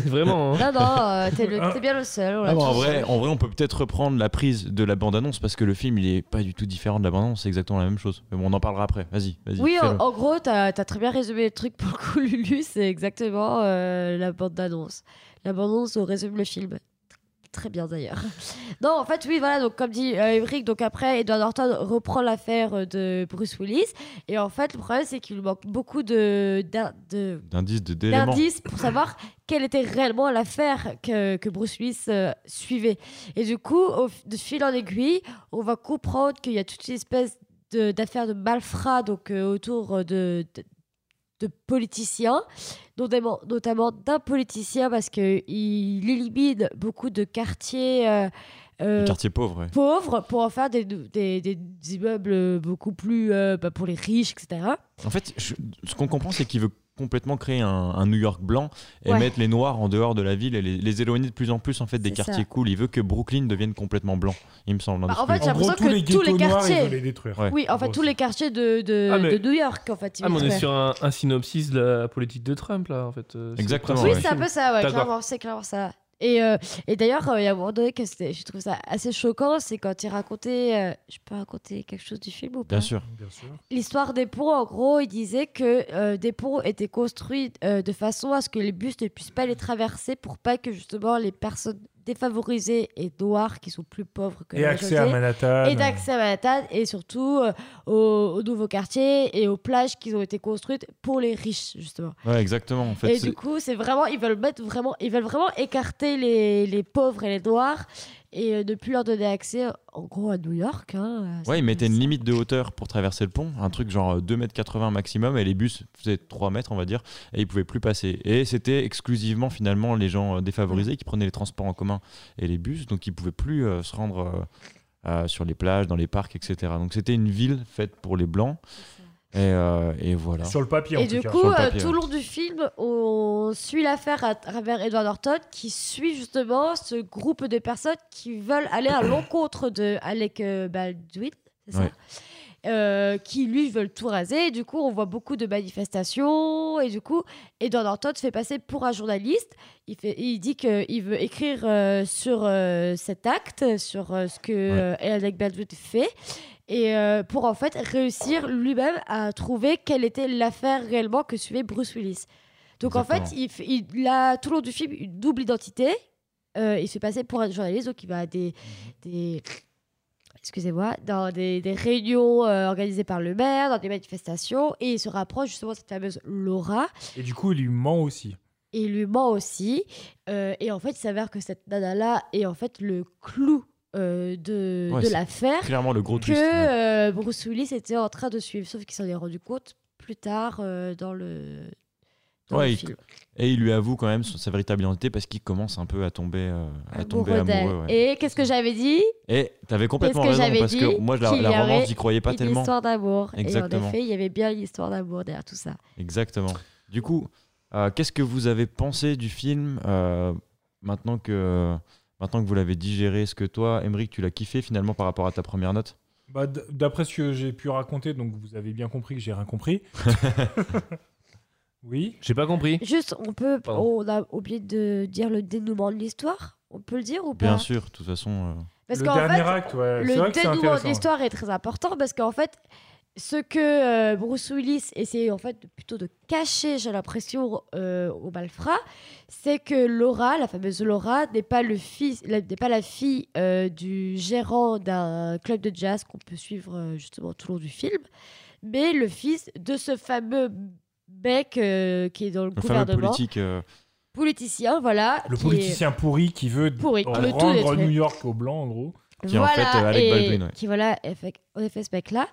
Vraiment. hein. non, non, euh, t'es le- t'es bien le seul. on l'a Ah bon, en, tous vrai, dit. en vrai, on peut peut-être reprendre la prise de la bande-annonce parce que le film, il est pas du tout différent de la bande-annonce, c'est exactement la même chose. Mais bon, on en parlera après. Vas-y, vas-y. Oui, oh, en, fais-le. en gros, t'as as très bien résumé le truc pour le coup, *laughs* Lulu. C'est exactement euh, la bande d'annonce. La bande d'annonce où on résume le film. Très bien d'ailleurs. *laughs* Non, en fait, oui, voilà, donc comme dit euh, Emmerich, donc après, Edward Norton reprend l'affaire euh, de Bruce Willis. Et en fait, le problème, c'est qu'il lui manque beaucoup de, d'in- de, D'indices, de- d'éléments. d'indices pour savoir quelle était réellement l'affaire que, que Bruce Willis euh, suivait. Et du coup, au f- de fil en aiguille, on va comprendre qu'il y a toute une espèce de- d'affaire de malfrats donc, euh, autour de, de, de politiciens, notamment notamment d'un politicien parce qu'il élimine beaucoup de quartiers. euh, euh, Le quartier pauvre, ouais. pauvres pour en faire des, des, des immeubles beaucoup plus euh, bah, pour les riches etc En fait, je- ce qu'on comprend, c'est qu'il veut complètement créer un, un New York blanc et Ouais. mettre les noirs en dehors de la ville et les, les éloigner de plus en plus en fait des C'est ça. quartiers cool. Il veut que Brooklyn devienne complètement blanc, il me semble. hein, Bah, de ce en que- fait, j'ai En gros, l'impression tous que les tous les ghettos noirs, quartiers- ils veulent les détruire. Ouais. oui en fait gros, tous les quartiers de, de, Ah, mais- de New York en fait il Ah, mais on veut est faire. sur un, un synopsis de la politique de Trump, là, en fait. euh, c'est Exactement, le Oui, Ah ouais. c'est un peu ça, ouais, D'accord. clairement, c'est clairement ça. Et, euh, et d'ailleurs, euh, il y a un moment donné que c'était- je trouve ça assez choquant, c'est quand il racontait. euh, je peux raconter quelque chose du film ou pas Bien sûr. Bien sûr. L'histoire des ponts, en gros, il disait que euh, des ponts étaient construits euh, de façon à ce que les bus ne puissent pas les traverser pour pas que justement les personnes défavorisées et noires qui sont plus pauvres que Et la accès à majorité- Manhattan. et d'accès à Manhattan et surtout euh, aux, aux nouveaux quartiers et aux plages qui ont été construites pour les riches justement. Ouais, exactement. En fait, et c'est- du coup, c'est vraiment ils veulent mettre vraiment ils veulent vraiment écarter les, les pauvres et les noirs et euh, ne plus leur donner accès E, en gros à New York. hein, euh, ouais, c'est il mettait comme une ça. limite de hauteur pour traverser le pont, un truc genre euh, 2m80 maximum, et les bus faisaient 3 mètres, on va dire, et ils pouvaient plus passer. Et c'était exclusivement finalement les gens euh, défavorisés qui prenaient les transports en commun et les bus, donc ils pouvaient plus euh, se rendre euh, euh, sur les plages, dans les parcs, etc. Donc c'était une ville faite pour les blancs, et, euh, et voilà. Sur le papier, en Et tout du cas. coup, le euh, papier, tout ouais. le long du film, on suit l'affaire à travers Edward Norton qui suit justement ce groupe de personnes qui veulent aller à l'encontre de Alec euh, Baldwin, c'est ça Ouais. Euh, qui lui veulent tout raser. Et du coup, on voit beaucoup de manifestations. Et du coup, Edward Norton se fait passer pour un journaliste. Il, fait, il dit qu'il veut écrire euh, sur euh, cet acte, sur euh, ce que euh, Alec Baldwin fait et euh, pour en fait réussir lui-même à trouver quelle était l'affaire réellement que suivait Bruce Willis. Donc en fait, il, f- il a tout le long du film une double identité. Euh, il se fait passer pour un journaliste, donc il va à des, des excusez-moi, dans des, des réunions euh, organisées par le maire, dans des manifestations, et il se rapproche justement de cette fameuse Laura. Et du coup, il lui ment aussi. Et il lui ment aussi. Euh, et en fait, il s'avère que cette nana-là est en fait le clou euh, de, Ouais, de c'est l'affaire Clairement, le gros que twist. ouais. euh, Bruce Willis était en train de suivre, sauf qu'il s'en est rendu compte plus tard euh, dans le, dans Ouais, le il- film. Et il lui avoue quand même son- sa véritable identité parce qu'il commence un peu à tomber, euh, à tomber Amoureux d'elle. amoureux. ouais. Et qu'est-ce que j'avais dit Et t'avais complètement Qu'est-ce que raison j'avais parce que dit moi, je la, Qu'il la y romance, aurait j'y croyais pas Une tellement. histoire d'amour. Et en Exactement. effet, il y avait bien une histoire d'amour derrière tout ça. Exactement. Du coup, euh, qu'est-ce que vous avez pensé du film euh, maintenant que maintenant que vous l'avez digéré Est-ce que toi, Emeric, tu l'as kiffé finalement par rapport à ta première note Bah, d- D'après ce que j'ai pu raconter, donc vous avez bien compris que j'ai rien compris. oui. J'ai pas compris. Juste, on peut, Pardon. on a oublié de dire le dénouement de l'histoire. On peut le dire ou pas Bien sûr, de toute façon. euh, Parce le qu'en dernier fait, acte, ouais. Euh, C'est le vrai que c'est dénouement de intéressant. l'histoire est très important parce qu'en fait, ce que euh, Bruce Willis essaie en fait plutôt de cacher, j'ai l'impression, euh, au malfrat, c'est que Laura, la fameuse Laura, n'est pas le fils, la- n'est pas la fille euh, du gérant d'un club de jazz qu'on peut suivre euh, justement tout le long du film, mais le fils de ce fameux mec euh, qui est dans le, le fameux gouvernement, politique. euh, politicien, voilà, Le qui est- politicien pourri qui veut Pourri, qui veut tout rendre détruire. New York au blanc, en gros. Qui est en fait, euh, Alec et Baldwin, ouais. qui voilà, effe- en effet, ce mec-là,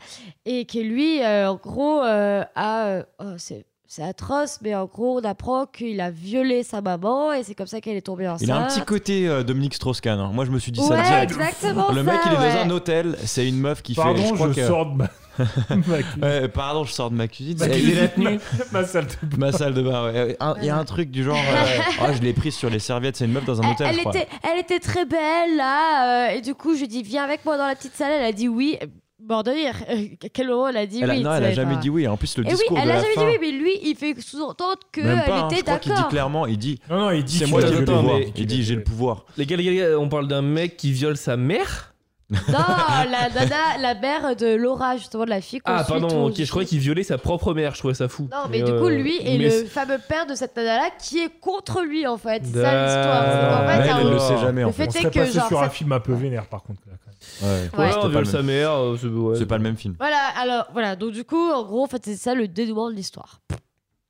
et qui lui, euh, en gros, euh, a, euh, oh, c'est c'est atroce, mais en gros, on apprend qu'il a violé sa maman et c'est comme ça qu'elle est tombée enceinte. Il a un petit côté euh, Dominique Strauss-Kahn. hein. Moi, je me suis dit ouais, ça direct. exactement Le mec, ça, il est ouais. dans un hôtel. C'est une meuf qui fait. Pardon, crois je, que- sors de ma, *laughs* ma, cu- Ouais, pardon, je sors de ma cuisine. ma c'est- cuisine, *laughs* ma salle de bain. Ma salle de bain, ouais. ouais. Un- Il y a un truc du genre. euh, *laughs* oh, je l'ai prise sur les serviettes, c'est une meuf dans un Elle- hôtel, Elle je crois. était, elle était très belle là, euh, et du coup je lui dis viens avec moi dans la petite salle. Elle a dit oui. Mort de rire. À quel moment elle a dit Elle a- oui non, tu elle a sais, jamais enfin. dit oui. En plus, le Et Eh oui, discours elle de a la jamais fin, dit oui, mais lui il fait sous-entendre qu'elle même pas. hein, je était crois qu'il dit d'accord. clairement, il dit, Non, non, il dit c'est qu'il moi a qui ai violé le attends, pouvoir. mais- Il dit, j'ai le pouvoir. Les gars, les gars, les gars, on parle d'un mec qui viole sa mère Non, la nana, la mère de Laura, justement, de la fille qu'on Ah, suit tout- pardon, ok, je croyais qu'il violait sa propre mère, je trouvais ça fou. Non, mais, Et, du coup, euh, lui est mais le fameux père de cette nana-là qui est contre lui, en fait. C'est ça l'histoire. C'est qu'en Ouais, Mais fait, elle, à un elle le moment- sait jamais, le en fait. fait On est serait que, passé genre, sur ça- un film un peu vénère, par contre. Là, quand même. Ouais, Ouais. Ouais, c'était on pas viole le même- sa mère. euh, C'est ouais. C'est pas le même film. Voilà, alors, voilà. Donc, du coup, en gros, en fait, c'est ça le dénouement de l'histoire.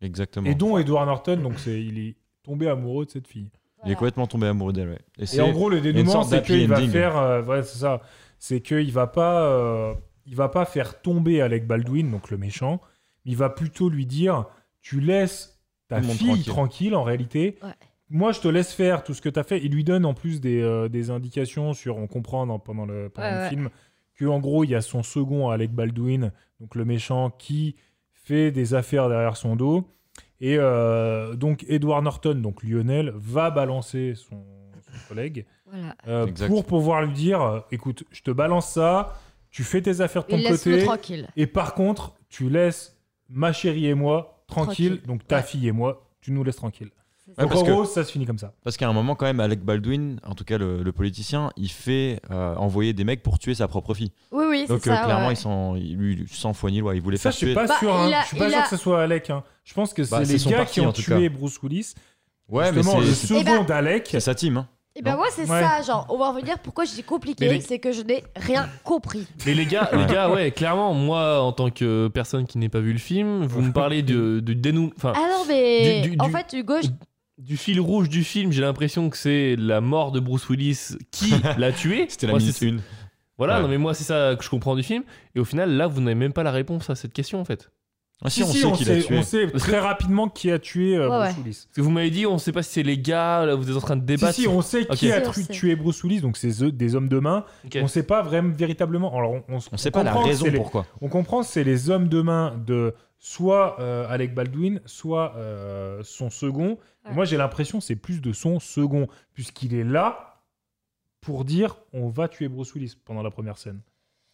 Exactement. Et dont Edward Norton, donc c'est- il est tombé amoureux de cette fille. Il est Voilà. complètement tombé amoureux d'elle, ouais. Et Et c'est- en gros, le dénouement, sorte c'est d'happy qu'il va ending. faire. euh, voilà, c'est ça. C'est qu'il va pas. euh, il va pas faire tomber Alec Baldwin, donc le méchant. Il va plutôt lui dire Tu laisses ta Tout le monde fille tranquille. tranquille. en réalité. Ouais. Moi, je te laisse faire tout ce que tu as fait. Il lui donne en plus des, euh, des indications sur. On comprend dans- pendant le, pendant Ouais, le ouais. film que en gros, il y a son second Alec Baldwin, donc le méchant, qui fait des affaires derrière son dos. Et euh, donc, Edward Norton, donc Lionel, va balancer son, son collègue Voilà. euh, Exact. pour pouvoir lui dire euh, écoute, je te balance ça, tu fais tes affaires de ton Il laisse-le côté, tranquille. et par contre, tu laisses ma chérie et moi tranquille, Tranquille. donc ta Ouais. fille et moi, tu nous laisses tranquille. Ouais, donc parce en que- gros, ça se finit comme ça. Parce qu'à un moment, quand même, Alec Baldwin, en tout cas le, le politicien, il fait euh, envoyer des mecs pour tuer sa propre fille. Oui, oui, c'est Donc, euh, ça. clairement, ouais. il s'en- il- lui, sans foi ni loi, il voulait Ça, faire je suis tuer. pas Bah, sûr, hein. il a- je suis pas il sûr a- que ce soit Alec. hein. Je pense que c'est Bah, c'est les son gars parti, qui ont en tout cas. tué Bruce Willis. Ouais, mais Justement, le c'est- c'est Eh ben- second d'Alec. c'est sa team. hein. Et ben, Non. moi, c'est Ouais. ça. Genre, on va revenir. Pourquoi je dis compliqué Mais les- C'est que je n'ai rien compris. Mais les gars, Ouais. les gars, ouais, clairement, moi, en tant que personne qui n'ai pas vu le film, vous me parlez de, de dénou- enfin, Ah non, mais Du- du- en du- fait, Hugo, je- du fil rouge du film, j'ai l'impression que c'est la mort de Bruce Willis *laughs* qui l'a tué. C'était la Moi, minute c'est- une. Voilà, Ouais. non mais moi c'est ça que je comprends du film. Et au final, là, vous n'avez même pas la réponse à cette question en fait. Ah, Si, si, on si, sait on qu'il a sait, tué. on *laughs* sait Parce que- très rapidement qui a tué euh, Ouais, Bruce ouais. Willis. Parce que vous m'avez dit, on sait pas si c'est les gars, là, vous êtes en train de Si, débattre. si, on sait qui Ok. a Si, on tru- sait. tué Bruce Willis, donc c'est eux- des hommes de main. Ok. On sait pas vraiment véritablement. Alors, on, on, On sait pas la comprend que raison c'est les- pourquoi. on comprend que c'est les hommes de main de soit euh, Alec Baldwin, soit euh, son second. Et Ouais. Moi, j'ai l'impression que c'est plus de son second, puisqu'il est là pour dire on va tuer Bruce Willis pendant la première scène.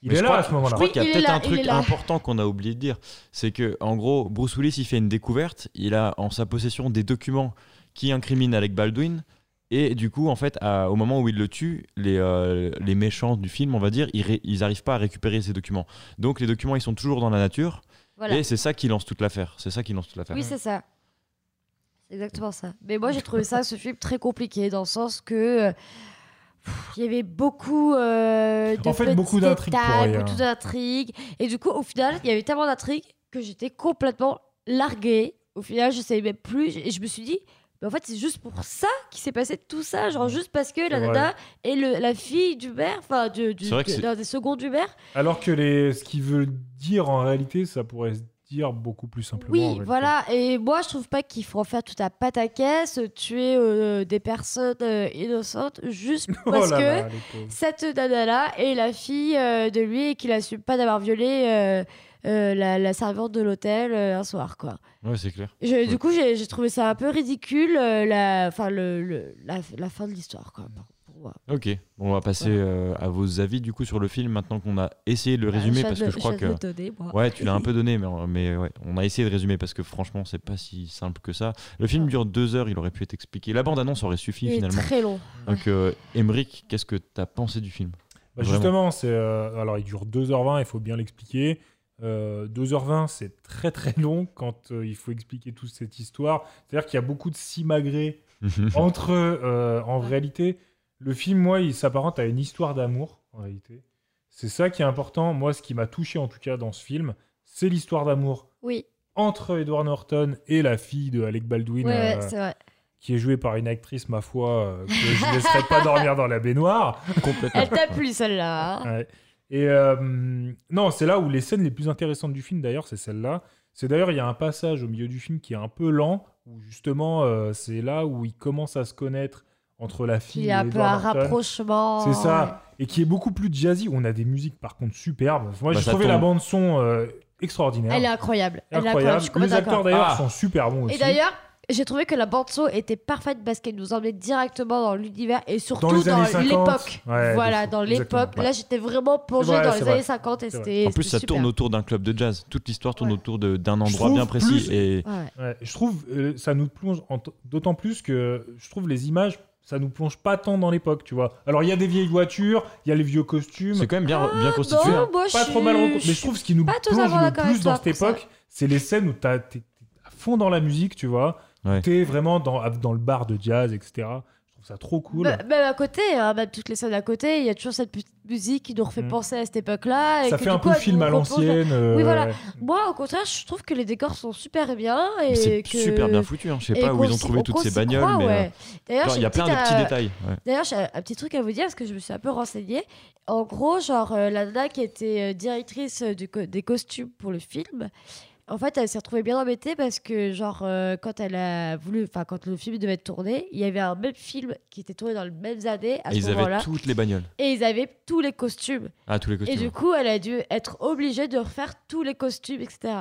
Il Mais est je là crois à ce moment-là. Je crois Oui, qu'il y il a est peut-être là, un il est truc là. important qu'on a oublié de dire. C'est que, en gros, Bruce Willis, il fait une découverte. Il a en sa possession des documents qui incriminent Alec Baldwin. Et du coup, en fait, à- au moment où il le tue, les, euh, les méchants du film, on va dire, ils, ré- ils arrivent pas à récupérer ces documents. Donc les documents, ils sont toujours dans la nature. voilà. Et c'est ça qui lance toute l'affaire. C'est ça qui lance toute l'affaire. Oui, c'est ça. C'est exactement ça. Mais moi, j'ai trouvé ça, ce film, très compliqué, dans le sens que. euh, pff, Il y avait beaucoup euh, de En fait, petits beaucoup d'intrigues pour détails, rien. beaucoup d'intrigues. Et du coup, au final, il y avait tellement d'intrigues que j'étais complètement larguée. Au final, je ne savais même plus. Et je me suis dit, Mais en fait, c'est juste pour ça qu'il s'est passé tout ça. Genre, juste parce que la C'est vrai. nana et le- la fille d'Hubert, enfin, du, du- C'est vrai que de- c'est- d'un des seconds d'Hubert, Alors que les... ce qu'il veut dire en réalité, ça pourrait se dire beaucoup plus simplement. en Oui, réalité. voilà. Et moi, je trouve pas qu'il faut en faire tout à pâte à caisse, tuer euh, des personnes euh, innocentes *laughs* juste *laughs* Oh parce là que là, les pauvres. cette nana-là est la fille euh, de lui et qu'il assume pas d'avoir violé euh, euh, la, la servante de l'hôtel euh, un soir, quoi. Ouais, c'est clair. Je- Du coup, j'ai j'ai trouvé ça un peu ridicule, euh, la, enfin, le, le- la, la fin de l'histoire, quoi. pour- pour moi. Ok, on va passer euh, à vos avis du coup sur le film maintenant qu'on a essayé de le résumer Bah, parce vais que le- je crois vais que le donner, moi. ouais tu l'as un peu donné mais, mais ouais on a essayé de résumer parce que franchement c'est pas si simple que ça. Le film dure deux heures, il aurait pu être expliqué. La bande annonce aurait suffi Il est finalement. très long. Donc euh, Emeric, qu'est-ce que t'as pensé du *laughs* film Bah, Vraiment. justement, c'est euh, alors il dure 2h20, il faut bien l'expliquer. Euh, 2h20, c'est très très long quand euh, il faut expliquer toute cette histoire. C'est-à-dire qu'il y a beaucoup de simagrées entre euh, en réalité le film moi il s'apparente à une histoire d'amour en réalité. C'est ça qui est important. Moi ce qui m'a touché en tout cas dans ce film, c'est l'histoire d'amour Oui, entre Edward Norton et la fille de Alec Baldwin ouais, ouais, euh, *laughs* c'est vrai. qui est jouée par une actrice ma foi euh, que je ne laisserai pas dormir dans la baignoire. Complètement. Elle t'a plu, celle-là. hein Ah, Ouais. Et euh, non, c'est là où les scènes les plus intéressantes du film, d'ailleurs, c'est celle-là. C'est d'ailleurs, il y a un passage au milieu du film qui est un peu lent, où justement, euh, c'est là où il commence à se connaître entre la Il fille y et a un peu un Edward Norton. rapprochement. C'est ça. Et qui est beaucoup plus jazzy. On a des musiques, par contre, superbes. Moi, Bah, j'ai ça trouvé la tombe. bande-son euh, extraordinaire. Elle est incroyable. Elle est incroyable. incroyable. Je suis Les complètement acteurs, d'accord. d'ailleurs, Ah. sont super bons aussi. Et d'ailleurs, j'ai trouvé que la bande son était parfaite parce qu'elle nous emmenait directement dans l'univers et surtout Dans les dans années 50. l'époque. Ouais, de voilà, fou. dans l'époque. Exactement. Là, j'étais vraiment plongée C'est vrai, dans c'est les vrai. années 50 et C'est vrai. c'était. En plus c'était ça super. tourne autour d'un club de jazz. Toute l'histoire tourne Ouais. autour de- d'un endroit trouve bien précis plus- et Ouais. Ouais, je trouve euh, ça nous plonge en t- d'autant plus que je trouve les images ça nous plonge pas tant dans l'époque, tu vois. Alors il y a des vieilles voitures, il y a les vieux costumes, c'est quand même bien bien Non, constitué. hein. moi, pas je trop mal suis- recon- je Mais je suis trouve ce qui nous pas plonge totalement le d'accord plus avec toi dans cette pour ça. époque, c'est les scènes où t'as- t'es t'es à fond dans la musique, tu vois. Ouais. T'es vraiment dans, à- dans le bar de jazz, etc. Je trouve ça trop cool. Bah, Même à côté, hein, même toutes les scènes à côté, il y a toujours cette petite musique qui nous refait Mm. penser à cette époque-là. et ça que fait du un coup, peu elle film nous à replonge là- l'ancienne. euh, Oui, voilà. ouais. Moi, au contraire, je trouve que les décors sont super bien. Mais et C'est que... super bien foutu. hein. Je sais et pas où qu'on ils ont s'y- trouvé toutes qu'on ces s'y bagnoles croit, mais euh, ouais. D'ailleurs, genre, j'ai il y a une plein de petite, petits euh, détails. ouais. D'ailleurs, j'ai un un petit truc à vous dire parce que je me suis un peu renseignée. En gros, genre, euh, la nana qui était euh, directrice euh, du co- des costumes pour le film, en fait, elle s'est retrouvée bien embêtée parce que, genre, euh, quand elle a voulu, enfin, quand le film devait être tourné, il y avait un même film qui était tourné dans les mêmes années à Et ce ils avaient moment-là. toutes les bagnoles. Et ils avaient tous les costumes. Ah, tous les costumes. Et du coup, elle a dû être obligée de refaire tous les costumes, etc.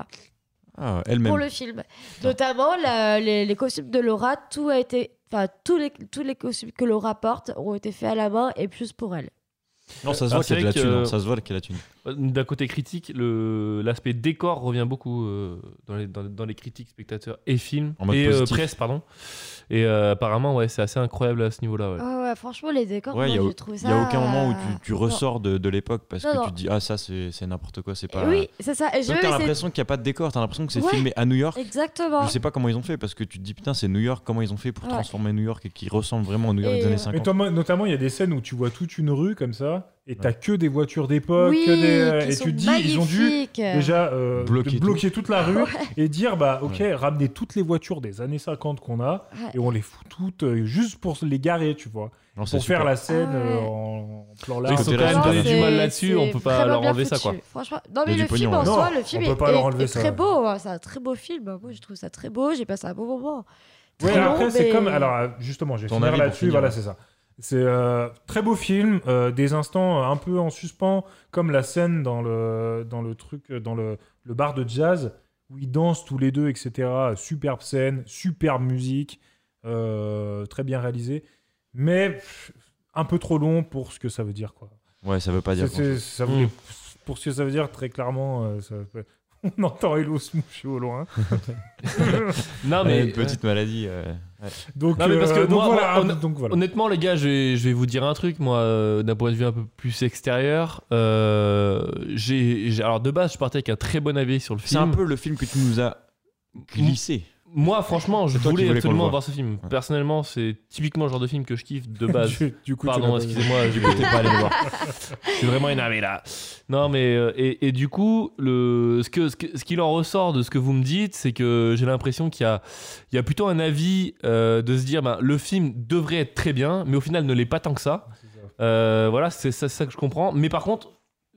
Ah, elle-même. pour le film. Notamment la- les, les costumes de Laura, tout a été, enfin tous les tous les costumes que Laura porte ont été faits à la main et plus pour elle. Non, ça se Ah, voit c'est qu'il y a de la vrai thune. que- hein. Ça se voit qu'il y a de la thune. euh, D'un côté critique, le- l'aspect décor revient beaucoup euh, dans, les, dans, dans les critiques, spectateurs et films. En mode et euh, positif. presse, pardon. Et euh, apparemment, ouais, c'est assez incroyable à ce niveau-là. ouais. Ah ouais, franchement les décors, Ouais, il y a moi au- j'ai trouvé ça. euh, Il y a aucun moment où tu, tu ressors de, de l'époque parce Non, que non. tu te dis ah ça c'est c'est n'importe quoi, c'est Non. pas. Oui, c'est ça. Et j'ai Toi, même T'as essayé- l'impression qu'il n'y a pas de décor. T'as l'impression que c'est Ouais. filmé à New York. Exactement. Je sais pas comment ils ont fait parce que tu te dis putain c'est New York. Comment ils ont fait pour Ouais. transformer New York et qui ressemble vraiment à New York Et, des années euh, Mais 50. notamment- notamment, il y a des scènes où tu vois toute une rue comme ça, et t'as que des voitures d'époque, oui, que des, euh, qui et sont tu te dis ils ont dû magnifiques. déjà euh, de Bloquer bloquer, toute la *laughs* rue et dire bah ok ramenez toutes les voitures des années 50 qu'on a Ouais. et on les fout toutes euh, juste pour les garer tu vois Non, c'est pour faire super. la scène Ah ouais. euh, en en plan Ils large sont quand Côté même raison, donné t'as du c'est- mal là-dessus, on c'est peut pas vraiment leur bien enlever ça, quoi. foutu. Franchement, non Il y a mais du le film pognon, en ouais. soi, Non, le film on est, peut pas leur est- enlever est ça, très ouais. beau. hein. C'est un très beau film. Moi, je trouve ça très beau. J'ai passé un bon moment. Ouais, Très après long, c'est mais- comme alors euh, justement j'ai Ton finir avis pour là-dessus finir. voilà c'est ça c'est euh, très beau film euh, des instants euh, un peu en suspens comme la scène dans le dans le truc euh, dans le, le bar de jazz où ils dansent tous les deux etc superbe scène superbe musique euh, très bien réalisée mais pff, un peu trop long pour ce que ça veut dire quoi Ouais, ça veut pas dire. Hmm. C'est- c'est- ça Mm. veut- Pour ce que ça veut dire, très clairement, euh, ça- *laughs* on entend Hello Smoochie au loin. Non, mais mais une petite maladie. euh, Donc, Non, mais parce euh, que donc moi- voilà. moi, donc voilà. Honnêtement, les gars, je vais, je vais vous dire un truc, moi, euh, d'un point de vue un peu plus extérieur. Euh, j'ai, j'ai- alors, de base, je partais avec un très bon avis sur le C'est film. un peu le film que tu nous as glissé. Moi, franchement, je C'est toi qui voulais voulais qu'on le absolument voie. voir ce film. Ouais. Personnellement, c'est typiquement le genre de film que je kiffe de base. Du, *laughs* du coup, tu l'as Pardon, pas vu. excusez-moi, je vais pas aller le voir. Je suis vraiment énervé là. Non, mais euh, et, et du coup, le, ce que- ce que- ce qu'il en ressort de ce que vous me dites, c'est que j'ai l'impression qu'il y a, il y a plutôt un avis euh, de se dire, ben, le film devrait être très bien, mais au final ne l'est pas tant que ça. Euh, voilà, c'est ça, c'est ça que je comprends. Mais par contre,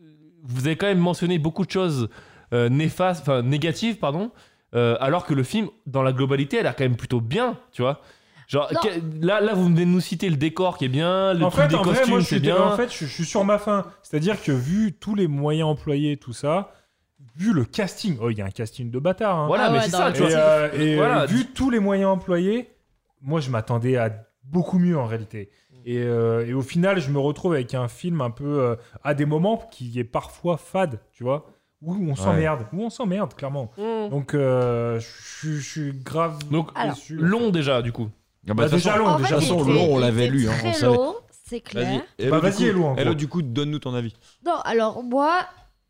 euh, vous avez quand même mentionné beaucoup de choses euh, néfastes, enfin négatives, pardon. euh, alors que le film, dans la globalité, elle a quand même plutôt bien, tu vois. Genre, Non. que- là, là, vous venez de nous citer le décor qui est bien, le en truc fait, des en vrai, costumes, moi, je c'est suis, bien. en fait, je, je suis sur ma fin. C'est-à-dire que vu tous les moyens employés, tout ça, vu le casting, oh, il y a un casting de bâtard. hein. voilà, Ah mais ouais, c'est dans ça, le tu Et, vois. euh, et, euh, Voilà. vu tous les moyens employés, moi, je m'attendais à beaucoup mieux en réalité. Et, euh, et au final, je me retrouve avec un film un peu euh, à des moments qui est parfois fade, tu vois, où on s'emmerde, où on s'emmerde clairement. Donc, euh, je je suis grave Donc, Alors, déçu. long déjà, du coup. Ah Bah, bah, de toute déjà façon- long, En déjà fait, long. façon, il était- long, on il l'avait était lu, hein, on Très savait. long, c'est clair. Hello, Bah, du vas-y, coup- Hello, en gros. du coup, donne-nous ton avis. Non, alors moi,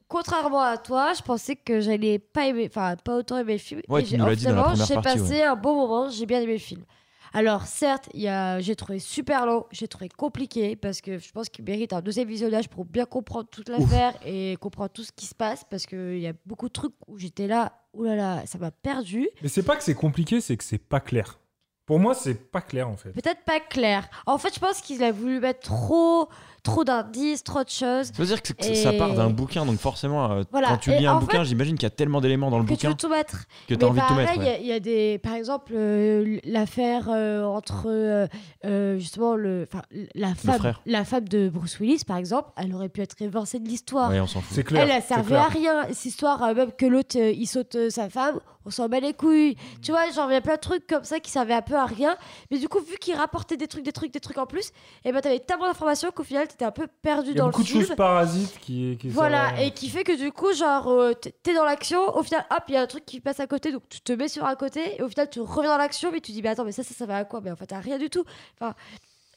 contrairement à toi, je pensais que j'allais pas aimer, enfin pas autant aimer le film. Ouais, Et tu j'ai- nous l'as dit dans la finalement, première J'ai partie, passé un bon moment, j'ai bien aimé le film. Alors certes, il y a- j'ai trouvé super long, j'ai trouvé compliqué parce que je pense qu'il mérite un deuxième visionnage pour bien comprendre toute l'affaire et comprendre tout ce qui se passe parce qu'il y a beaucoup de trucs où j'étais là, oulala, ça m'a perdu. Mais c'est pas que c'est compliqué, c'est que c'est pas clair. Pour moi, c'est pas clair en fait. Peut-être pas clair. En fait, je pense qu'il a voulu mettre trop, trop d'indices, trop de choses. Ça veut dire que, c'est- Et- ça part d'un bouquin, donc forcément, euh, Voilà. quand tu Et lis un en bouquin, j'imagine qu'il y a tellement d'éléments dans le Que tu bouquin veux tout mettre. que tu as Mais envie de tout pareil, mettre. il y ouais. a- il y, a des, par exemple, euh, l'affaire euh, entre euh, euh, justement le, enfin, la femme, frère. la femme de Bruce Willis, par exemple, elle aurait pu être réversée de l'histoire. Ouais, on s'en fout. C'est clair. Elle, a c'est servi clair. à rien. Cette histoire, euh, même que l'autre, euh, il saute euh, sa femme, on s'en bat les couilles. Mm. Tu vois, genre, il y a plein de trucs comme ça qui servaient un peu à rien. Mais du coup, vu qu'il rapportait des trucs, des trucs, des trucs en plus, et ben, t'avais tellement d'informations qu'au final, t'étais un peu perdu Il y a dans le beaucoup de film. choses parasites qui. qui Voilà, sont- et qui fait que du coup, genre, euh, t- t'es dans l'action, au final, hop, il y a un truc qui passe à côté, donc tu te mets sur un côté, et au final, tu reviens dans l'action, mais tu dis, mais attends, mais ça, ça, ça va à quoi Mais en fait, t'as rien du tout. Enfin,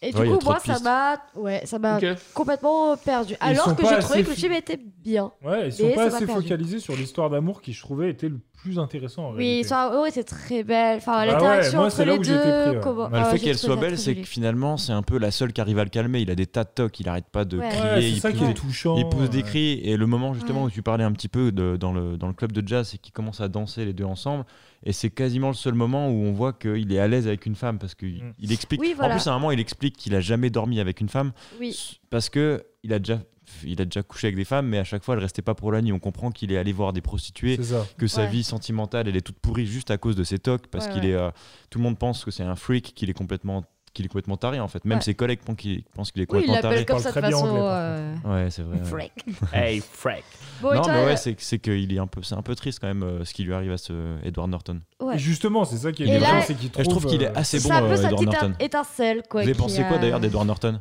et du Ouais, y a coup, trop moi, de ça pistes. m'a ouais, ça Ah. m'a Ok. complètement perdu. sont Alors que pas j'ai trouvé assez que le fi- film était bien. Ouais, ils sont Mais pas ça m'a assez perdu. focalisés sur l'histoire d'amour qui, je trouvais, était le plus intéressant. En Oui, réalité. l'histoire ouais, c'est très belle. Enfin, Bah ouais, l'interaction moi, c'est entre là les où j'étais deux. pris, ouais. comment- Bah, le ah, fait j'ai qu'elle trouvé soit ça belle, très c'est joli. que finalement, c'est un peu la seule qui arrive à le calmer. Il a des tas de tocs, il arrête pas de Ouais. crier. Ouais, c'est il ça qui pousse- est touchant. euh, Il pousse des ouais. cris et le moment justement Ouais. où tu parlais un petit peu de- dans, le, dans le club de jazz, c'est qu'ils commencent à danser les deux ensemble et c'est quasiment le seul moment où on voit qu'il est à l'aise avec une femme parce qu'il Mm. il explique. Oui, voilà. En plus, à un moment, il explique qu'il a jamais dormi avec une femme Oui. s- parce que il a déjà il a déjà couché avec des femmes, mais à chaque fois, elle restait pas pour la nuit. On comprend qu'il est allé voir des prostituées, C'est ça. que sa Ouais. vie sentimentale, elle est toute pourrie juste à cause de ses tocs, parce Ouais, qu'il ouais. est, euh, tout le monde pense que c'est un freak, qu'il est complètement, qu'il est complètement taré en fait. Même Ouais. ses collègues pensent qu'il pensent qu'il est Oui, il complètement taré. l'appelle comme parle ça de très bien façon. anglais, par euh, Ouais, c'est vrai. *laughs* ouais. freak. Hey, Frank. Bon, et Non, toi, mais euh, ouais, c'est c'est qu'il est un peu, c'est un peu triste quand même euh, ce qui lui arrive à ce Edward Norton. ouais. Et justement, c'est ça qui est Et là- touchant, c'est qu'il trouve. Et je trouve qu'il est euh, assez C'est bon, un peu euh, sa Edward petite Norton. étincelle, quoi. Vous avez qui euh, pensé quoi a- d'ailleurs d'Edward Norton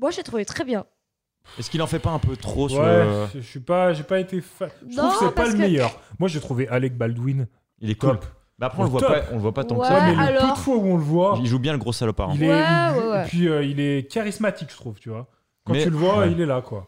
Moi, j'ai trouvé très bien. Est-ce qu'il en fait pas un peu trop sur euh, Ouais, le... je suis pas, j'ai pas été. fa- Je Non, trouve que c'est pas parce le que- meilleur. Moi, j'ai trouvé Alec Baldwin Il est cool. top. Bah après on le Au voit top. pas, on le voit pas tant que Ouais, ça. mais le peu alors- de fois où on le voit, Il joue bien le gros salopard. hein. il est. Ouais, il- ouais, ouais. Et puis, euh, il est charismatique, je trouve, tu vois. Quand Mais- tu le vois, ouais. il est là, quoi.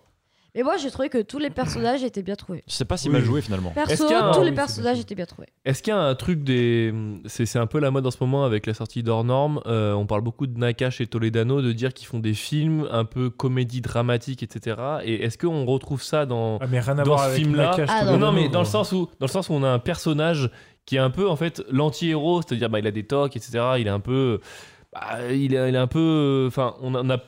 Je Mais moi, j'ai trouvé que tous les personnages étaient bien trouvés. Je sais pas s'il Oui. m'a joué finalement. Perso, Est-ce qu'il y a un- tous oui, les c'est personnages possible. étaient bien trouvés. Est-ce qu'il y a un truc des. C'est c'est un peu la mode en ce moment avec la sortie d'Hors Norme. euh, on parle beaucoup de Nakash et Toledano de dire qu'ils font des films un peu comédie dramatique, etc. Et est-ce qu'on retrouve ça dans. Ah, mais rien à Dans voir ce avec film-là- Nakache, Ah, tout Non, le non, monde, mais dans quoi. le, sens où, dans le sens où on a un personnage qui est un peu en fait l'anti-héros, c'est-à-dire bah, il a des tocs, etc. Il est un peu. bah, il, est, il est un peu. Enfin, on a. on a-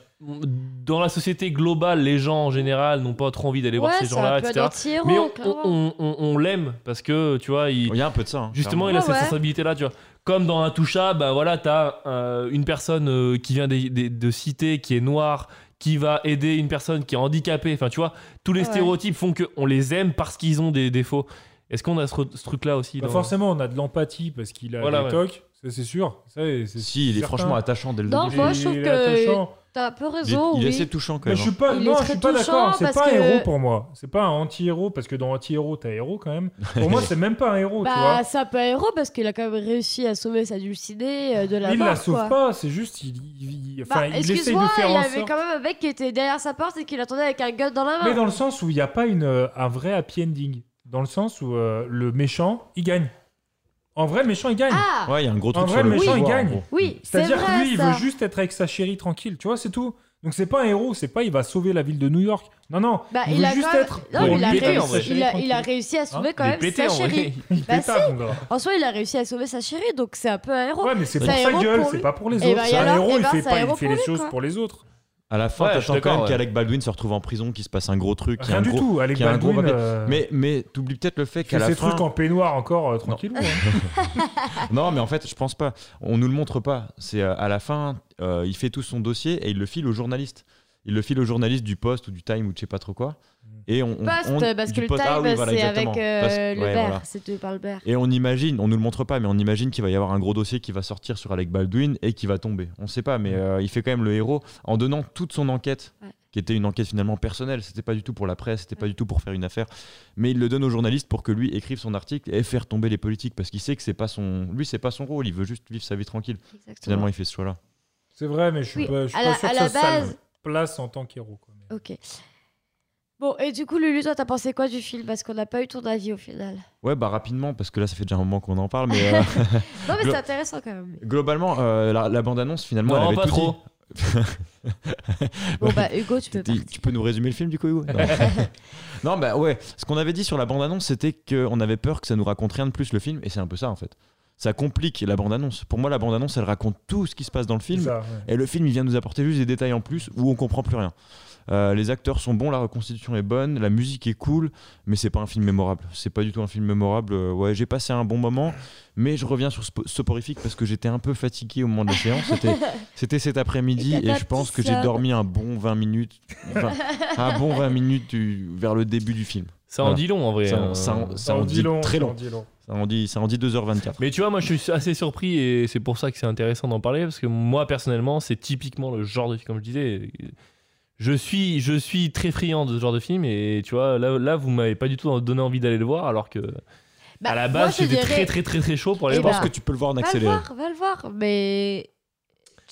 dans la société globale, les gens en général n'ont pas trop envie d'aller voir ouais, ces c'est un gens-là, peu etc. d'anti-héros, Mais on, clairement. on- on- on l'aime parce que tu vois, il, Il y a un peu de ça. hein, Justement, il clairement. a Ouais, cette ouais. sensibilité-là, tu vois. Comme dans Intouchable, bah voilà, t'as euh, une personne euh, qui vient des- des- de cité, qui est noire, qui va aider une personne qui est handicapée. Enfin, tu vois, tous les Ouais. stéréotypes font qu'on les aime parce qu'ils ont des défauts. Est-ce qu'on a ce, re- ce truc-là aussi Bah, dans- forcément, on a de l'empathie parce qu'il a Voilà, des ouais. tocs, ça c'est sûr. Ça, et c'est Si, il est certain. franchement attachant dès le Non, début. Il- Moi, je trouve il est que- attachant. T'as un peu Il est- raison, il est oui. assez touchant Bah, quand Mais même. je hein. suis pas, Il est non, je très suis pas touchant d'accord. C'est parce pas un que- héros pour moi. C'est pas un anti-héros parce que dans anti-héros, t'as héros quand même. Pour *laughs* moi, c'est même pas un héros, tu vois. Bah, c'est un peu un héros parce qu'il a quand même réussi à sauver sa dulcinée euh, de la il mort, la sauve quoi. pas, c'est juste il, il- il- Bah, enfin, il essaye de excuse-moi, faire il en avait sorte. quand même un mec qui était derrière sa porte et qui l'attendait avec un gun dans la Mais main. dans le sens où il n'y a pas une, euh, un vrai happy ending, dans le sens où euh, le méchant il gagne. En vrai, le méchant, il gagne. Ah Ouais, il y a un gros Bah, en truc vrai, sur le le méchant, il pouvoir, en gagne. gros. Oui, c'est C'est-à-dire vrai. que lui, il ça. veut juste être avec sa chérie tranquille, tu vois, c'est tout. Donc c'est pas un héros, c'est pas il va sauver la ville de New York. Non, non, Bah, il, il veut a juste quand même- être. Non, pour il a lui, pété, avec en sa vrai. chérie Il a, il tranquille. a réussi à sauver Hein quand Il est même pété, sa en vrai. *laughs* chérie. Il Bah, pétard, mon gars. En soi, il a réussi à sauver sa chérie, donc c'est un peu un héros. Ouais, mais c'est C'est pour un sa héros gueule, Bah, pour c'est lui. pas pour les Eh autres. ben, C'est alors, un héros, eh il ben, fait c'est pas, un héros il fait pour les hein. lui, choses quoi. pour les autres. À la fin, Ouais, je suis t'attends quand d'accord, même ouais. qu'Alec Baldwin se retrouve en prison, qu'il se passe un gros truc, qu'il y a Ah, Rien un du gros. tout, Alec qu'il y a un gros Baldwin. papier. euh, Mais, mais t'oublies peut-être le fait fait qu'à la ses fin. trucs en peignoir encore, euh, tranquillou. hein. Non, mais en fait, je pense pas. On nous le montre pas. C'est euh, à la fin, euh, il fait tout son dossier et il le file au journaliste. Il le file au journaliste du Poste ou du Time ou je sais pas trop quoi. Mm. Et on, on- Poste, on- parce que du le time, Poste. Ah oui, voilà, c'est exactement. avec euh, Poste. le Ouais, verre. voilà. C'est de par le verre. Et on imagine, on nous le montre pas, mais on imagine qu'il va y avoir un gros dossier qui va sortir sur Alec Baldwin et qui va tomber. On sait pas, mais euh, il fait quand même le héros en donnant toute son enquête, Ouais. qui était une enquête finalement personnelle. C'était pas du tout pour la presse, c'était pas du tout pour faire une affaire, mais il le donne au journaliste pour que lui écrive son article et faire tomber les politiques parce qu'il sait que c'est pas son, lui c'est pas son rôle. Il veut juste vivre sa vie tranquille. Exactement. Finalement, il fait ce choix-là. C'est vrai, mais je suis Oui, pas, je suis à pas la- sûr à que la ça se base- salve. place en tant qu'héros. quoi. Mais- Ok. Bon, et du coup, Lulu, toi, t'as pensé quoi du film Parce qu'on n'a pas eu ton avis au final. Ouais, bah rapidement parce que là, ça fait déjà un moment qu'on en parle, mais euh, Non, mais Le- c'est intéressant quand *laughs* même. globalement, euh, la, la bande-annonce finalement, elle Non, avait pas tout dit. trop. Bon, bah, Hugo, tu peux Tu- partir. Tu peux nous résumer le film du *laughs* coup Hugo non. Non, bah ouais, ce qu'on avait dit sur la bande-annonce, c'était qu'on avait peur que ça nous raconte rien de plus le film, et c'est un peu ça en fait. Ça complique la bande-annonce. Pour moi, la bande-annonce, elle raconte tout ce qui se passe dans le C'est film, ça, ouais. et le film, il vient nous apporter juste des détails en plus où on comprend plus rien. Euh, les acteurs sont bons, la reconstitution est bonne, la musique est cool, mais c'est pas un film mémorable. C'est pas du tout un film mémorable. Euh, ouais, j'ai passé un bon moment, mais je reviens sur Spo- Soporifique parce que j'étais un peu fatigué au moment de la séance. *laughs* C'était- C'était cet après-midi Et t'as et, pas je pense que petit j'ai somme. dormi un bon 20 minutes, *laughs* enfin, un bon 20 minutes du- vers le début du film. Ça en Voilà. dit long en vrai. Ça, en- hein. ça en- ça en en dit, dit long, très ça en long. dit long. Ça en dit, ça en dit 2h24. Mais tu vois, moi je suis assez surpris et c'est pour ça que c'est intéressant d'en parler parce que moi personnellement, c'est typiquement le genre de film, comme je disais. Je suis, je suis très friand de ce genre de film et tu vois, là, là vous m'avez pas du tout donné envie d'aller le voir alors que Bah, à la moi, base je j'étais dirais- très très très très chaud pour aller Eh le Je voir. pense ben, que tu peux le voir en Va le accéléré. voir, va le voir, mais.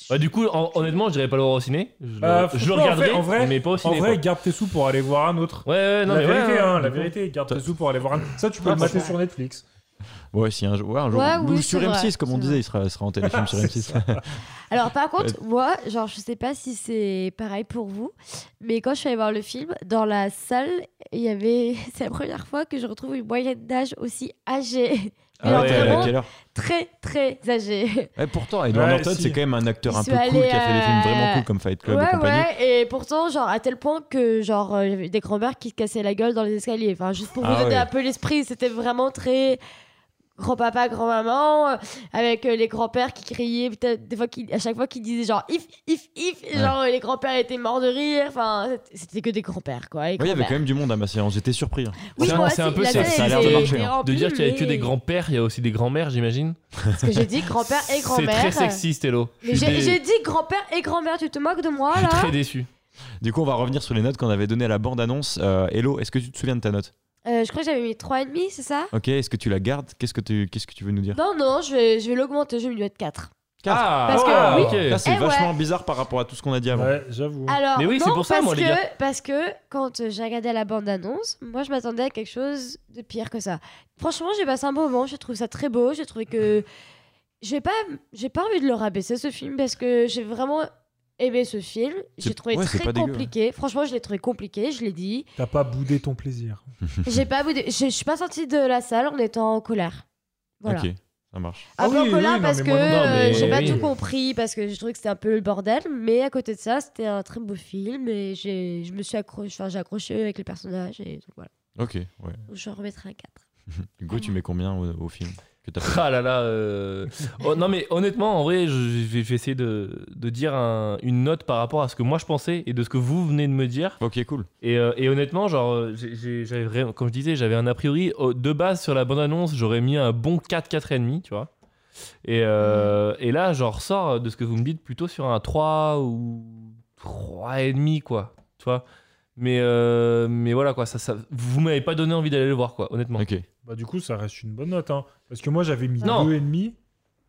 Bah, du coup, hon- honnêtement, je dirais pas le voir au ciné. Je, le- Euh, je le franchement, en regarderai, fait, en vrai- mais pas au En ciné. vrai, quoi. garde tes sous pour aller voir un autre. Ouais, ouais, non, la mais vérité, ouais, hein, la du coup. vérité, garde tes Toi- sous pour aller voir un. Ça, tu peux Ah, le mater franchement. sur Netflix. Ouais, si un jour, ouais, un jour- Ouais, ou oui, sur c'est M6, vrai, comme on c'est disait, il sera, sera en *laughs* téléfilm sur M6. Alors, par contre, moi, genre, je sais pas si c'est pareil pour vous, mais quand je suis allée voir le film, dans la salle, il y avait. *laughs* C'est la première fois que je retrouve une moyenne d'âge aussi âgée. Ah Mais alors, ouais, t'es à vraiment quelle heure très, très âgée. Eh, Pourtant, Edward Ouais, Norton, si. c'est quand même un acteur Ils un peu sont cool qui a allés, fait des films vraiment euh, cool comme Fight Club et ouais, compagnie. ouais, et pourtant, genre, à tel point que, genre, euh, j'avais des grand-mères qui se cassaient la gueule dans les escaliers. Enfin, juste pour vous Ah donner ouais. un peu l'esprit, c'était vraiment très grand-papa, grand-maman, euh, avec euh, les grands-pères qui criaient, peut-être, des fois, qui, à chaque fois, qui disaient genre if, if, if, et Ouais. genre, euh, les grands-pères étaient morts de rire. Enfin, c'était- c'était que des grands-pères, quoi. les Ouais, il y avait grands-pères. quand même du monde à ma séance, j'étais surpris. hein. Oui, Ça, moi c'est un aussi, peu la ça, salle ça a l'air de était- marcher, hein. était De dire qu'il y avait que remplie. des grands-pères, il y a aussi des grands-mères, j'imagine. Parce que j'ai dit grand-père et C'est grand-mère. très sexiste, Hello. Je Mais suis J'ai dé- j'ai dit grand-père et grand-mère, tu te moques de moi, je suis là très déçu. Du coup, on va revenir sur les notes qu'on avait données à la bande-annonce. Euh, Hello, est-ce que tu te souviens de ta note Euh, Je crois que j'avais mis 3,5, c'est ça Ok, est-ce que tu la gardes Qu'est-ce que tu qu'est-ce que tu veux nous dire Non, non, je vais, je vais l'augmenter, je vais lui mettre 4. Ah, Parce que, ah, oui, ok. Là, c'est Eh vachement bizarre par rapport à tout ce qu'on a dit avant. Ouais, j'avoue. Alors, Mais oui, c'est non, pour ça, parce moi, que, les gars. Parce que quand euh, j'ai regardé la bande-annonce, moi, je m'attendais à quelque chose de pire que ça. Franchement, j'ai passé un bon moment, j'ai trouvé ça très beau, j'ai trouvé que. J'ai pas, j'ai pas envie de le rabaisser, ce film, parce que j'ai vraiment aimé ce film. J'ai C'est- trouvé ouais, c'est très pas dégueu, compliqué. Franchement, je l'ai trouvé compliqué, je l'ai dit. T'as pas boudé ton plaisir. J'ai pas boudé- Je je suis pas sortie de la salle en étant en colère. Voilà. Ok, ça marche. Un Ah peu oui, en colère oui, non, parce mais que moi non, non, mais euh, j'ai pas oui. tout compris, parce que j'ai trouvé que c'était un peu le bordel. Mais à côté de ça, c'était un très beau film et j'ai- je me suis accroché, enfin, j'ai accroché avec les personnages et donc voilà. Ok, ouais. Donc, je remettrai un 4. Hugo, tu mets combien au, au film que t'as *laughs* fait Ah là là. euh, oh, non mais honnêtement, en vrai, je, je vais je vais essayer de, de dire un- une note par rapport à ce que moi je pensais et de ce que vous venez de me dire. Ok, cool. Et, euh, et honnêtement, genre, euh, j'ai- j'ai- j'avais vraiment- comme je disais, j'avais un a priori oh, de base sur la bande-annonce, j'aurais mis un bon 4, 4,5, tu vois. Et, euh, et là, genre, ressors de ce que vous me dites plutôt sur un 3 ou 3,5, quoi. Tu vois mais, euh, mais voilà, quoi. Ça, ça, vous m'avez pas donné envie d'aller le voir, quoi, honnêtement. Ok. Bah, du coup, ça reste une bonne note. Hein. Parce que moi, j'avais mis Non. 2,5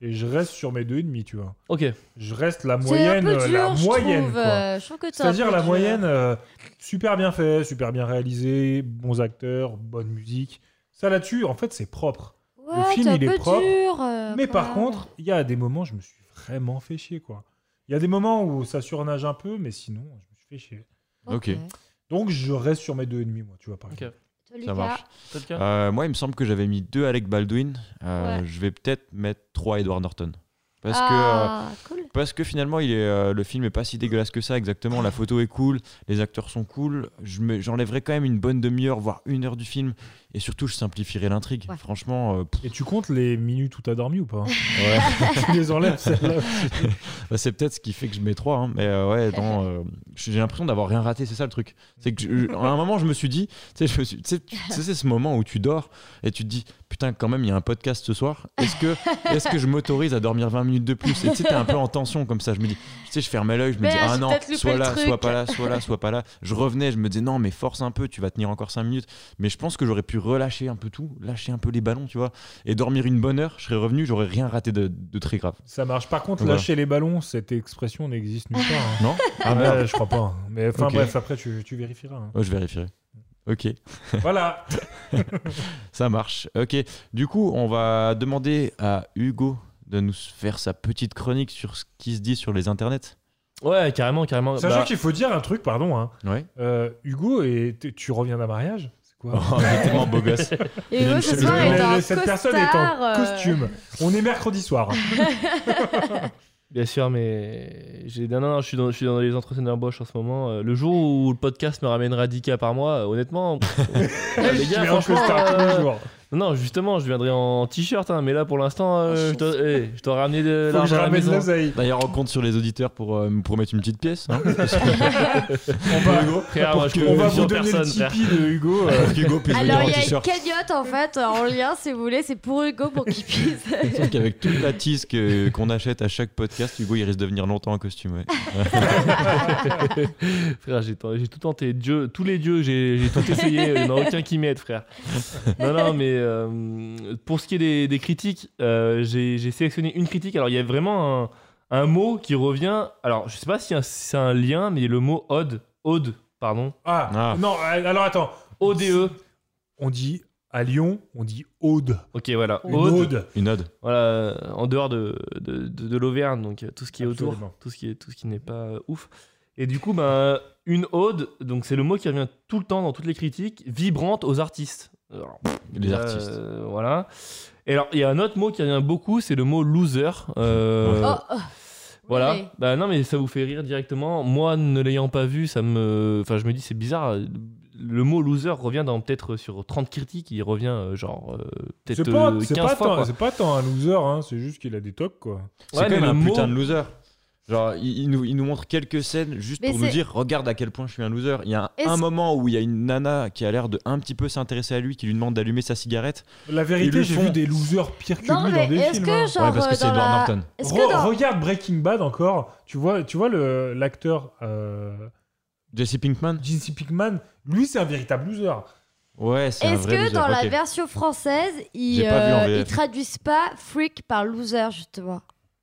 et je reste sur mes 2,5, tu vois. Ok. Je reste la C'est un moyenne. peu euh, la dur, je moyenne, trouve. quoi. euh, je trouve que c'est un C'est-à-dire peu la dur. moyenne, euh, super bien fait, super bien réalisé, bons acteurs, bonne musique. Ça là-dessus, en fait, c'est propre. Ouais, Ouais, film, c'est un il est peu propre, dur, euh, Mais quand par même. contre, il y a des moments, je me suis vraiment fait chier, quoi. Il y a des moments où ça surnage un peu, mais sinon, je me suis fait chier. Ok. Donc, je reste sur mes deux et demi, moi, tu vois, par Ok. exemple. Toi, Lucas, Ça marche. T'as le cas Euh, moi, il me semble que j'avais mis deux Alec Baldwin. Euh, Je vais peut-être mettre trois Edward Norton. Parce que. euh, ah, cool. Parce que finalement, il est, euh, le film est pas si dégueulasse que ça, exactement. La photo est cool, les acteurs sont cool. Je me- J'enlèverais quand même une bonne demi-heure, voire une heure du film. Et surtout, je simplifierais l'intrigue. Ouais. Franchement, euh, pff, Et tu comptes les minutes où t'as dormi ou pas hein *laughs* ouais. Tu les enlèves, celle-là. Bah, c'est peut-être ce qui fait que je mets 3 mais euh, ouais non, euh, j'ai l'impression d'avoir rien raté c'est ça le truc c'est que je- à un moment je me suis dit tu sais je me suis- tu sais, tu- tu sais, c'est ce moment où tu dors et tu te dis putain quand même il y a un podcast ce soir est-ce que est-ce que je m'autorise à dormir 20 minutes de plus et tu sais t'es un peu en tension comme ça je me dis tu sais je fermais l'œil je me dis Merde, ah j'ai non peut-être loupé soit le là truc. soit pas là soit là soit pas là je revenais je me disais non mais force un peu tu vas tenir encore 5 minutes mais je pense que j'aurais pu relâcher un peu tout lâcher un peu les ballons tu vois et dormir une bonne heure je serais revenu j'aurais rien raté de, de très grave Ça marche. Par contre, Voilà. lâcher les ballons, cette expression n'existe nulle part. hein. non *laughs* ah Ouais, merde je crois pas. hein. Mais enfin, Ok. bref, après, tu, tu vérifieras. hein. Oh, je vérifierai. Ok, voilà. *laughs* ça marche. Ok, du coup, on va demander à Hugo de nous faire sa petite chronique sur ce qui se dit sur les internets. Ouais, carrément, carrément. Sachant Bah, qu'il faut dire un truc, pardon. hein. Ouais. Euh, Hugo, et t- tu reviens d'un mariage C'est quoi Oh, il est tellement beau gosse. Et une eux, chaîne- ce soir, est en Cette personne est costard, en euh, costume. On est mercredi soir. hein. Bien sûr, mais j'ai non, non, non, je suis dans, je suis dans les entretiens d'embauche en ce moment. Euh, Le jour où le podcast me ramènera 10K par mois, euh, honnêtement, euh, les Je gars, mets un franchement, costard tous les euh, jours. non, justement, je viendrai en t-shirt, hein, mais là pour l'instant, euh, je dois- eh, je dois ramener de Ah, Faut que je l'argent à la ramène maison. l'oseille. D'ailleurs, on compte sur les auditeurs pour euh, me promettre une petite pièce. hein, parce que- On va, Frère, moi, je on va confie vous en donner personne, le frère. Tipeee de Hugo. euh, pour qu'Hugo puisse venir Alors, en il y a une t-shirt. cagnotte en fait en lien si vous voulez, c'est pour Hugo pour qu'il puisse. Sauf qu'avec toute la tease que- qu'on achète à chaque podcast, Hugo, il risque de venir longtemps en costume. ouais. *laughs* frère, j'ai ten- j'ai tout tenté. Dieu, tous les dieux, j'ai j'ai tout essayé. Il n'y en a aucun qui m'aide, frère. Non, non, mais euh, pour ce qui est des, des critiques, euh, j'ai j'ai sélectionné une critique. Alors, il y a vraiment un, un mot qui revient. Alors, je sais pas si un- c'est un lien, mais le mot ode. Ode, pardon. E. Ah, Ah. non, alors attends. ODE. On dit à Lyon, on dit Aude. Ok, voilà. Une Aude. Une ode. Voilà, euh, en dehors de, de, de- de l'Auvergne, donc euh, tout ce qui est Absolument. autour, tout ce qui, est, tout ce qui n'est pas euh, ouf. Et du coup, ben, une ode, donc c'est le mot qui revient tout le temps dans toutes les critiques, vibrante aux artistes. Alors, Les là, artistes. euh, voilà. Et alors, il y a un autre mot qui revient beaucoup, c'est le mot loser. Euh, Oh, oh. Voilà. Oui. Bah non, mais ça vous fait rire directement. Moi, ne l'ayant pas vu, ça me. Enfin, je me dis, c'est bizarre. Le mot loser revient dans peut-être sur 30 critiques, il revient euh, genre euh, peut-être C'est pas, euh, c'est 15 pas, fois. tant- quoi. c'est pas tant un loser, hein, c'est juste qu'il a des tocs, quoi. C'est Ouais, quand mais même le un mot- putain de loser. Genre, il, il nous, il nous montre quelques scènes juste Mais pour nous c'est- dire regarde à quel point je suis un loser. Il y a un, Est-ce- moment où il y a une nana qui a l'air de un petit peu s'intéresser à lui, qui lui demande d'allumer sa cigarette. La Ils vérité, le j'ai font. vu des losers pires que Non, lui dans mais des est-ce films. que hein. genre ouais, parce que euh, c'est dans Edward la... Norton. Est-ce Re- que dans... Regarde Breaking Bad encore. Tu vois, tu vois le- l'acteur euh, Jesse Pinkman JC Pinkman, lui, c'est un véritable loser. Ouais, c'est un Est-ce vrai que loser. dans la ok. version française, ils, J'ai pas vu en euh, VF. ils traduisent pas freak par loser justement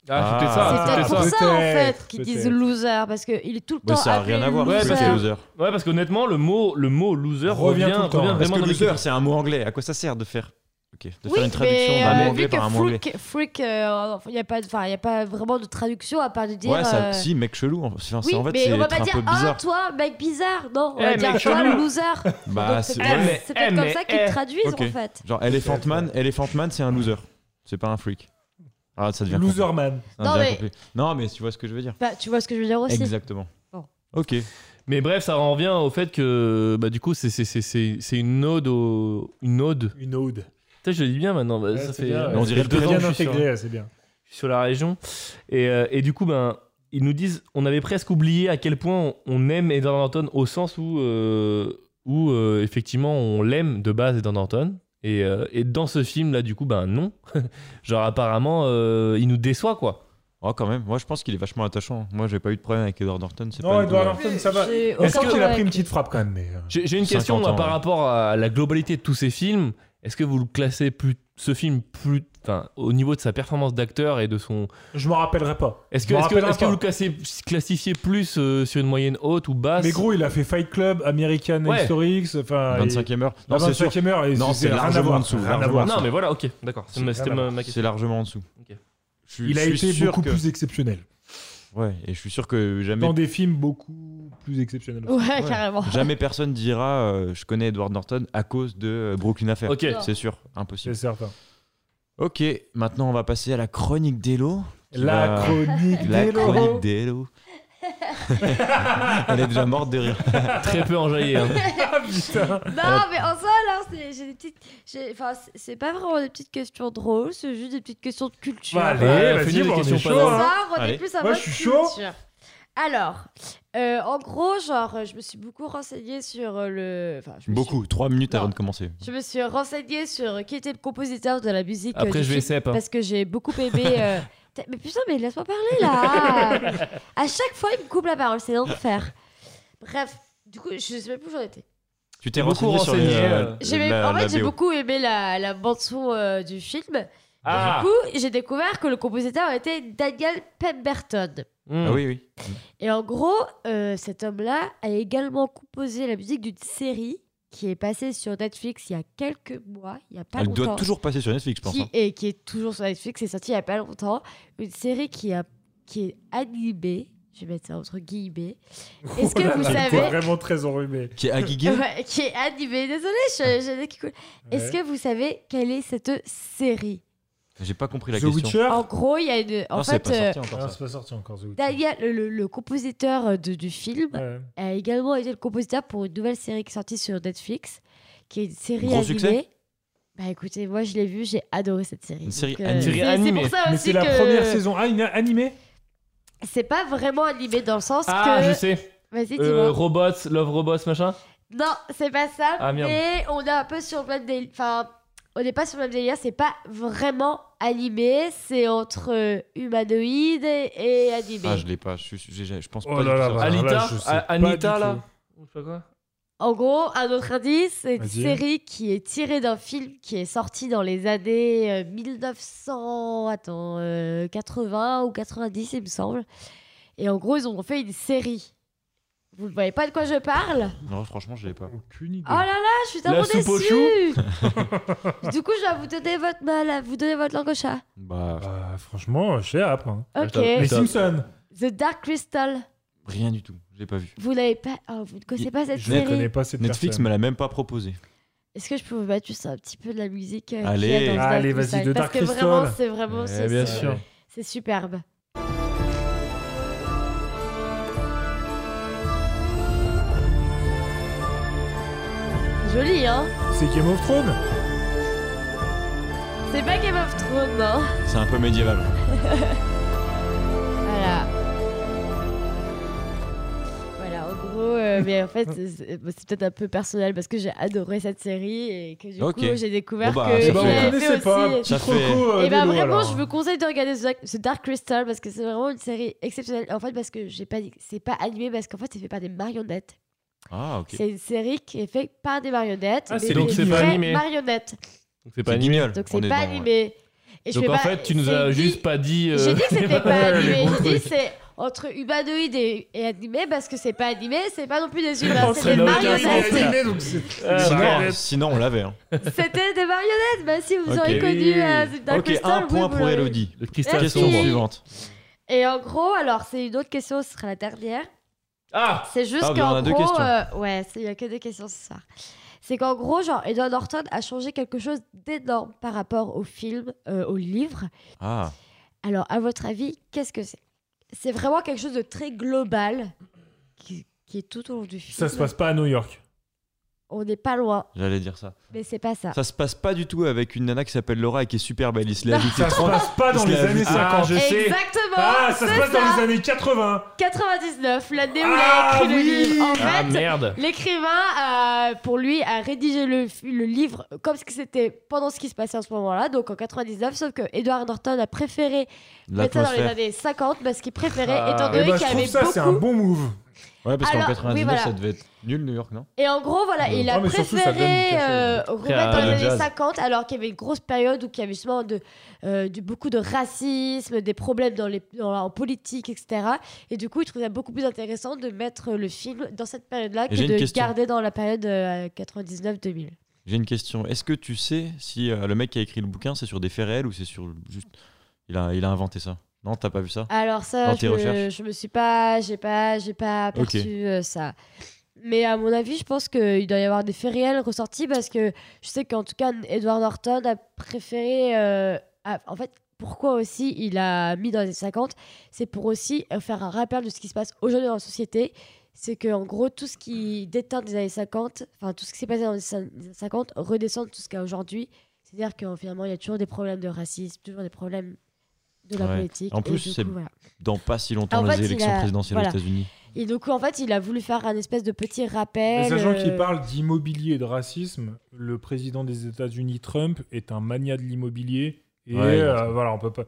Ah, c'est Ah, peut-être ça. C'est c'est peut-être pour peut-être ça en peut-être, fait qu'ils disent peut-être. loser parce qu'il est tout le Ouais, temps ça a appelé rien à voir. loser. parce que c'est loser. Ouais, parce qu'honnêtement, le mot, le mot loser Revient revient, tout le temps. revient Parce Parce vraiment que dans les loser, critiques. c'est un mot anglais. À quoi ça sert de faire Ok, de Oui, faire une traduction mais, d'un euh, mot vu anglais que par un mot anglais. freak, freak, euh, il n'y a pas, enfin, il y a pas vraiment de traduction à part de dire. Ouais, ça, euh, si, mec chelou. Enfin, c'est- Oui, en fait, mais c'est on va pas un dire peu ah bizarre. toi mec bizarre, non, on Eh, va mec dire toi chelou. le loser. Bah, Donc, c'est c'est Eh, ouais. mais- peut-être c'est peut-être eh, comme mais- ça qu'ils eh. traduisent Ok. en fait. Genre, Elephant Man, Elephant Man, c'est un loser. C'est pas un freak. Ah, ça devient compliqué. Loser man. Ça Non, devient mais- compliqué. non, mais tu vois ce que je veux dire. Bah, tu vois ce que je veux dire aussi. Exactement. Bon. Ok. Mais bref, ça en revient au fait que bah, du coup, c'est- c'est- c'est c'est- c'est une ode au. Une ode. Une ode. Putain, je le dis bien maintenant. bah, Ouais, ça c'est fait. bien, euh, ouais. on dirait ça fait le deux ans Bien que je suis sur- intégré, c'est bien. sur la région. Et, euh, et du coup, ben, ils nous disent, on avait presque oublié à quel point on, on aime Edward Norton au sens où, euh, où euh, effectivement, on l'aime de base Edward Norton. Et, euh, et dans ce film-là, du coup, ben non. *laughs* Genre, apparemment, euh, il nous déçoit, quoi. Oh, quand même. Moi, je pense qu'il est vachement attachant. Moi, j'ai pas eu de problème avec Edward Norton. c'est Non, pas une Edward douleur. Norton, Oh, ça va. J'ai Est-ce aucun qu'il a problème. pris une petite frappe quand même mais, euh, J'ai j'ai une 50 question moi, ans, par ouais. rapport à la globalité de tous ces films. Est-ce que vous le classez plus ce film plus, enfin, au niveau de sa performance d'acteur et de son. Je m'en rappellerai pas. Est-ce que, Je m'en est-ce que, rappellerai est-ce que pas. vous le classez- classifiez plus euh, sur une moyenne haute ou basse Mais gros, il a fait Fight Club, American Ouais. History X, enfin. 25e heure. ah, Non, Non, c'est sûr. 25e heure, et Non, c'est rien à largement voir. en dessous, Rien à largement voir. en dessous. Non, mais voilà, ok, d'accord. C'est ma- C'est- C'était ah, ma, ma C'est question. largement en dessous. Ok. Je suis- Il a je suis été sûr beaucoup que- plus exceptionnel. Ouais, et je suis sûr que jamais, Dans des films beaucoup plus exceptionnels. Ouais, carrément. jamais personne dira euh, je connais Edward Norton à cause de euh, Brooklyn Affair. Ok. C'est sûr, C'est impossible. certain. Ok, maintenant on va passer à la chronique d'Elo. qui La va- chronique La d'Elo. chronique *laughs* d'Elo. Elle est déjà morte de rire. Très peu *laughs* enjaillé. *laughs* hein. Ah, Bah, Non, mais en soi, là, c'est- j'ai des petites. j'ai- Enfin, c'est- c'est pas vraiment des petites questions drôles, c'est juste des petites questions de culture. Bah, allez, Ouais, vas-y, fais-nous des bon, on est questions chaud, pas On drôles. hein. sort, on Allez. est plus en Moi, mode je suis chaud. culture. Alors, euh, en gros, genre, euh, je me suis beaucoup renseignée sur euh, le. Enfin, je me suis- Beaucoup, 3 minutes Non. avant de commencer. je me suis renseignée sur qui était le compositeur de la musique. euh, Après, du je vais film, essayer. hein. Parce que j'ai beaucoup aimé. euh, t'as- Mais putain, mais laisse-moi parler là À chaque fois, il me coupe la parole, c'est l'enfer. Bref, du coup, je sais même plus où j'en étais. Tu t'es Beaucoup renseigné sur les, renseigné, euh, euh, J'ai- la- en la fait, j'ai BO. beaucoup aimé la, la bande-son euh, du film. Ah, Du coup, j'ai découvert que le compositeur était Daniel Pemberton. Hmm. Ah oui, oui. Et en gros, euh, cet homme-là a également composé la musique d'une série qui est passée sur Netflix il y a quelques mois, il y a pas Elle longtemps. doit toujours passer sur Netflix, je pense. qui, hein. et qui est toujours sur Netflix, c'est sorti il y a pas longtemps. Une série qui, a, qui est animée, je vais mettre ça entre guillemets. *laughs* Est-ce que Oh là vous là, savez... vraiment très enrhumé. Qui est aguigué *laughs* Ouais, qui est animée, désolée, je- j'ai des qui coulent. Est-ce que vous savez quelle est cette série J'ai pas compris la The question. Witcher En gros, il y a une. En non, c'est fait, pas sorti Ah, encore c'est ça. pas sorti encore, The euh, Witcher. Daniel, le, le compositeur euh, de- du film, Ouais. a également été le compositeur pour une nouvelle série qui est sortie sur Netflix, qui est une série Gros animée. succès Bah écoutez, moi je l'ai vue, j'ai adoré cette série. Une série Donc, euh, animée. c'est- Série C'est animée. pour ça Mais aussi c'est la que première saison. Ah, une animée C'est pas vraiment animé dans le sens Ah, que. je sais. Vas-y, dis-moi. Euh, robots, Love Robots, machin. Non, c'est pas ça. Ah, merde. Mais on est un peu sur le même délire. Enfin, on n'est pas sur le même délire. C'est pas vraiment animé. C'est entre euh, humanoïde et, et animé. Ah, je l'ai pas. Je, suis- j'ai- je pense Oh là pas. du tout là, ça. voilà. Alita, là, je sais A- pas Anita, du là. tout. Ou je sais pas quoi. En gros, un autre indice, c'est une Vas-y. série qui est tirée d'un film qui est sorti dans les années euh, 1900, attends, euh, 80 ou 90, il me semble. Et en gros, ils ont fait une série. Vous ne voyez pas de quoi je parle Non, franchement, je l'ai pas. Aucune idée. Oh là là, je suis La tellement soupe aux déçue *laughs* Du coup, je vais vous donner votre mal, vous donner votre langue au chat. Bah, Bah, franchement, je sais après. hein. Ok. Attends, Les Top. Simpsons. The Dark Crystal. rien du tout. Je l'ai pas vu. Vous n'avez pas, oh, vous ne connaissez Il- pas cette Je ne série. connais pas cette Netflix personne. me l'a même pas proposé. Est-ce que je peux vous mettre juste un petit peu de la musique euh, qu'il y a Allez. dans The Allez, vas-y, Dark Crystal de Parce Dark que Crystal. vraiment, c'est vraiment. euh, Eh c'est- bien Euh, c'est- sûr. C'est superbe. Joli, hein C'est Game of Thrones C'est pas Game of Thrones, hein? non C'est un peu médiéval. Voilà. Voilà, en gros, euh, mais en fait, c'est- c'est c'est peut-être un peu personnel parce que j'ai adoré cette série et que du Ok. coup, j'ai découvert Bon, bah, que c'est il bon. l'avait On fait connaissait pas. aussi. Petit Ça fait- croco, euh, Et ben vélo, vraiment, alors. je vous conseille de regarder ce ce Dark Crystal parce que c'est vraiment une série exceptionnelle. En fait, parce que j'ai pas dit, c'est pas animé parce qu'en fait, c'est fait par des marionnettes. Ah, ok. C'est une série qui est faite par des marionnettes. Ah, mais c'est des donc c'est pas vraies animé. marionnettes. Donc, C'est pas animé. génial. Donc On c'est est pas dans- animé. Et je Donc fais en pas- fait, tu nous c'est as dit- juste pas dit. euh, J'ai dit que *laughs* c'était pas Ouais, les animé. bons J'ai dit trucs. c'est entre humanoïde et, et animé parce que c'est pas animé, c'est pas non plus des humains, Non, c'est ça des n'a aucun marionnettes. sens. Euh, Ah, Sinon, bah, sinon, on l'avait. hein. *laughs* C'était des marionnettes. Bah si vous Ok. auriez connu euh, The Dark Ok, Crystal, un oui, point vous pour l'aurez. Elodie. Le cristal Merci. Question sombre. suivante. Et en gros, alors c'est une autre question, ce sera la dernière. Ah C'est juste Ah, qu'en ben, on a deux gros, questions. euh, ouais, c'est- il y a que des questions ce soir. C'est qu'en gros, genre, Edward Norton a changé quelque chose d'énorme par rapport au film, euh, au livre. Ah, Alors, à votre avis, qu'est-ce que c'est C'est vraiment quelque chose de très global qui, qui est tout au long du film. Ça se passe pas à New York. On n'est pas loin, j'allais dire ça. mais c'est pas ça. Ça se passe pas du tout avec une nana qui s'appelle Laura et qui est super belle. Il se l'a ajouté Ça se 30 passe pas dans Il les se l'a années ajouté. 50. Ah, je sais Exactement Ah, ça se c'est passe ça. dans les années 80. 99, l'année où il Ah, a oui. écrit le livre. En Ah fait, merde L'écrivain, euh, pour lui, a rédigé le, f- le livre comme ce que c'était pendant ce qui se passait en ce moment-là, donc en 99, sauf que Edward Norton a préféré mettre ça dans les l'atmosphère. années 50 parce qu'il préférait, Ah. étant Eh donné ben, je qu'il y trouve avait ça, c'est un beaucoup bon move. Ouais, parce qu'en Alors, 99, oui, voilà. ça devait être nul, New York, non Et en gros, voilà, Ouais. il a Ouais, mais surtout, ça donne une préféré cachette. euh, Après, remettre dans euh, les le années jazz. 50, alors qu'il y avait une grosse période où il y avait justement de, euh, du- beaucoup de racisme, des problèmes dans les, dans- en politique, etc. Et du coup, il trouvait ça beaucoup plus intéressant de mettre le film dans cette période-là que j'ai une de question. garder dans la période euh, 99-2000. J'ai une question. Est-ce que tu sais si euh, le mec qui a écrit le bouquin, c'est sur des faits réels ou c'est sur juste. Il a, il a inventé ça Non, t'as pas vu ça Alors Dans ça, tes je, me- recherches. je me suis pas, j'ai pas, j'ai pas aperçu Ok. euh, ça. Mais à mon avis, je pense qu'il doit y avoir des faits réels ressortis parce que je sais qu'en tout cas, Edward Norton a préféré. euh, à- en fait, pourquoi aussi il a mis dans les années 50 C'est pour aussi euh, faire un rappel de ce qui se passe aujourd'hui dans la société. C'est que en gros, tout ce qui déteint des années 50, enfin tout ce qui s'est passé dans les années 50, redescend tout ce qu'il y a aujourd'hui. C'est-à-dire que finalement, il y a toujours des problèmes de racisme, toujours des problèmes de la Ouais. politique. En et plus, du c'est coup, voilà. Dans pas si longtemps En les fait, il élections a- présidentielles voilà. aux États-Unis. Et donc, en fait, il a voulu faire un espèce de petit rappel. Les agents qui euh, parlent d'immobilier et de racisme, le président des États-Unis, Trump, est un mania de l'immobilier. Et Ouais, euh, voilà, on peut pas.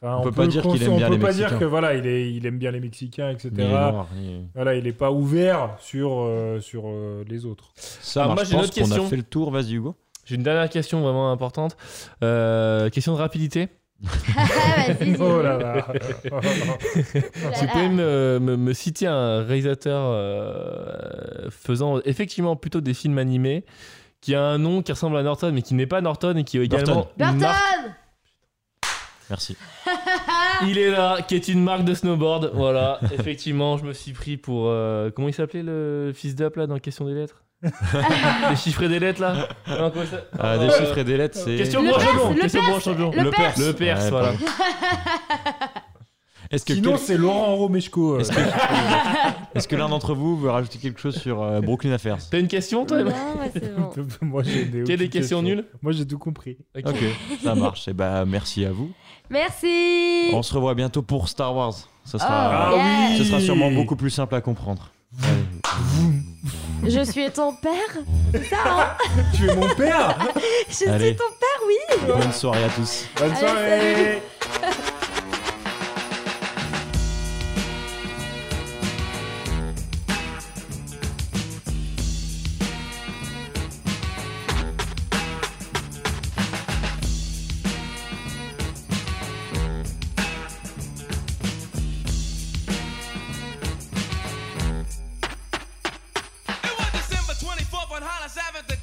enfin, On peut pas dire qu'il aime on bien peut les pas Mexicains. dire que voilà, il, est, il aime bien les Mexicains, etc. Ni les Noirs, ni- Voilà, il est pas ouvert sur, euh, sur euh, les autres. Ça, Alors, marche. moi, j'ai je une pense autre qu'on a question. fait le tour. Vas-y, Hugo. J'ai une dernière question vraiment importante. Euh, question de rapidité. *laughs* Ah, vas-y, *laughs* vas-y. Oh là là. Oh là Vous là. pouvez me, me- me citer un réalisateur euh, faisant effectivement plutôt des films animés qui a un nom qui ressemble à Norton mais qui n'est pas Norton et qui est également une Burton marque- Merci. il est là qui est une marque de snowboard voilà *laughs* effectivement je me suis pris pour euh, comment il s'appelait le fils d'up là dans question des *laughs* lettres les chiffres des lettres là Non, comment ça Ah, des Euh, chiffres et des lettres, c'est. question Le pour un Perse, champion le question pour un Perse, champion le Le Perse. le Perse Ouais, voilà pardon. Est-ce que, Sinon, quel- c'est Laurent Romeshko. euh. Est-ce est-ce que l'un d'entre vous veut rajouter quelque chose sur euh, Brooklyn Affairs t'as une question toi Non, Emma bah, *laughs* c'est bon. Moi, j'ai Il y a des questions nulles Moi, j'ai tout compris. Ok, ça marche. Et bah, merci à vous. Merci. On se revoit bientôt pour Star Wars. Ça Ah, sera, Ah ce sera sûrement beaucoup plus simple à comprendre. Je suis ton père. *laughs* Tu es mon père Je Allez. suis ton père, oui. Bonne soirée à tous. Bonne Allez, soirée salut. It was December 24th on Hollis Avenue. The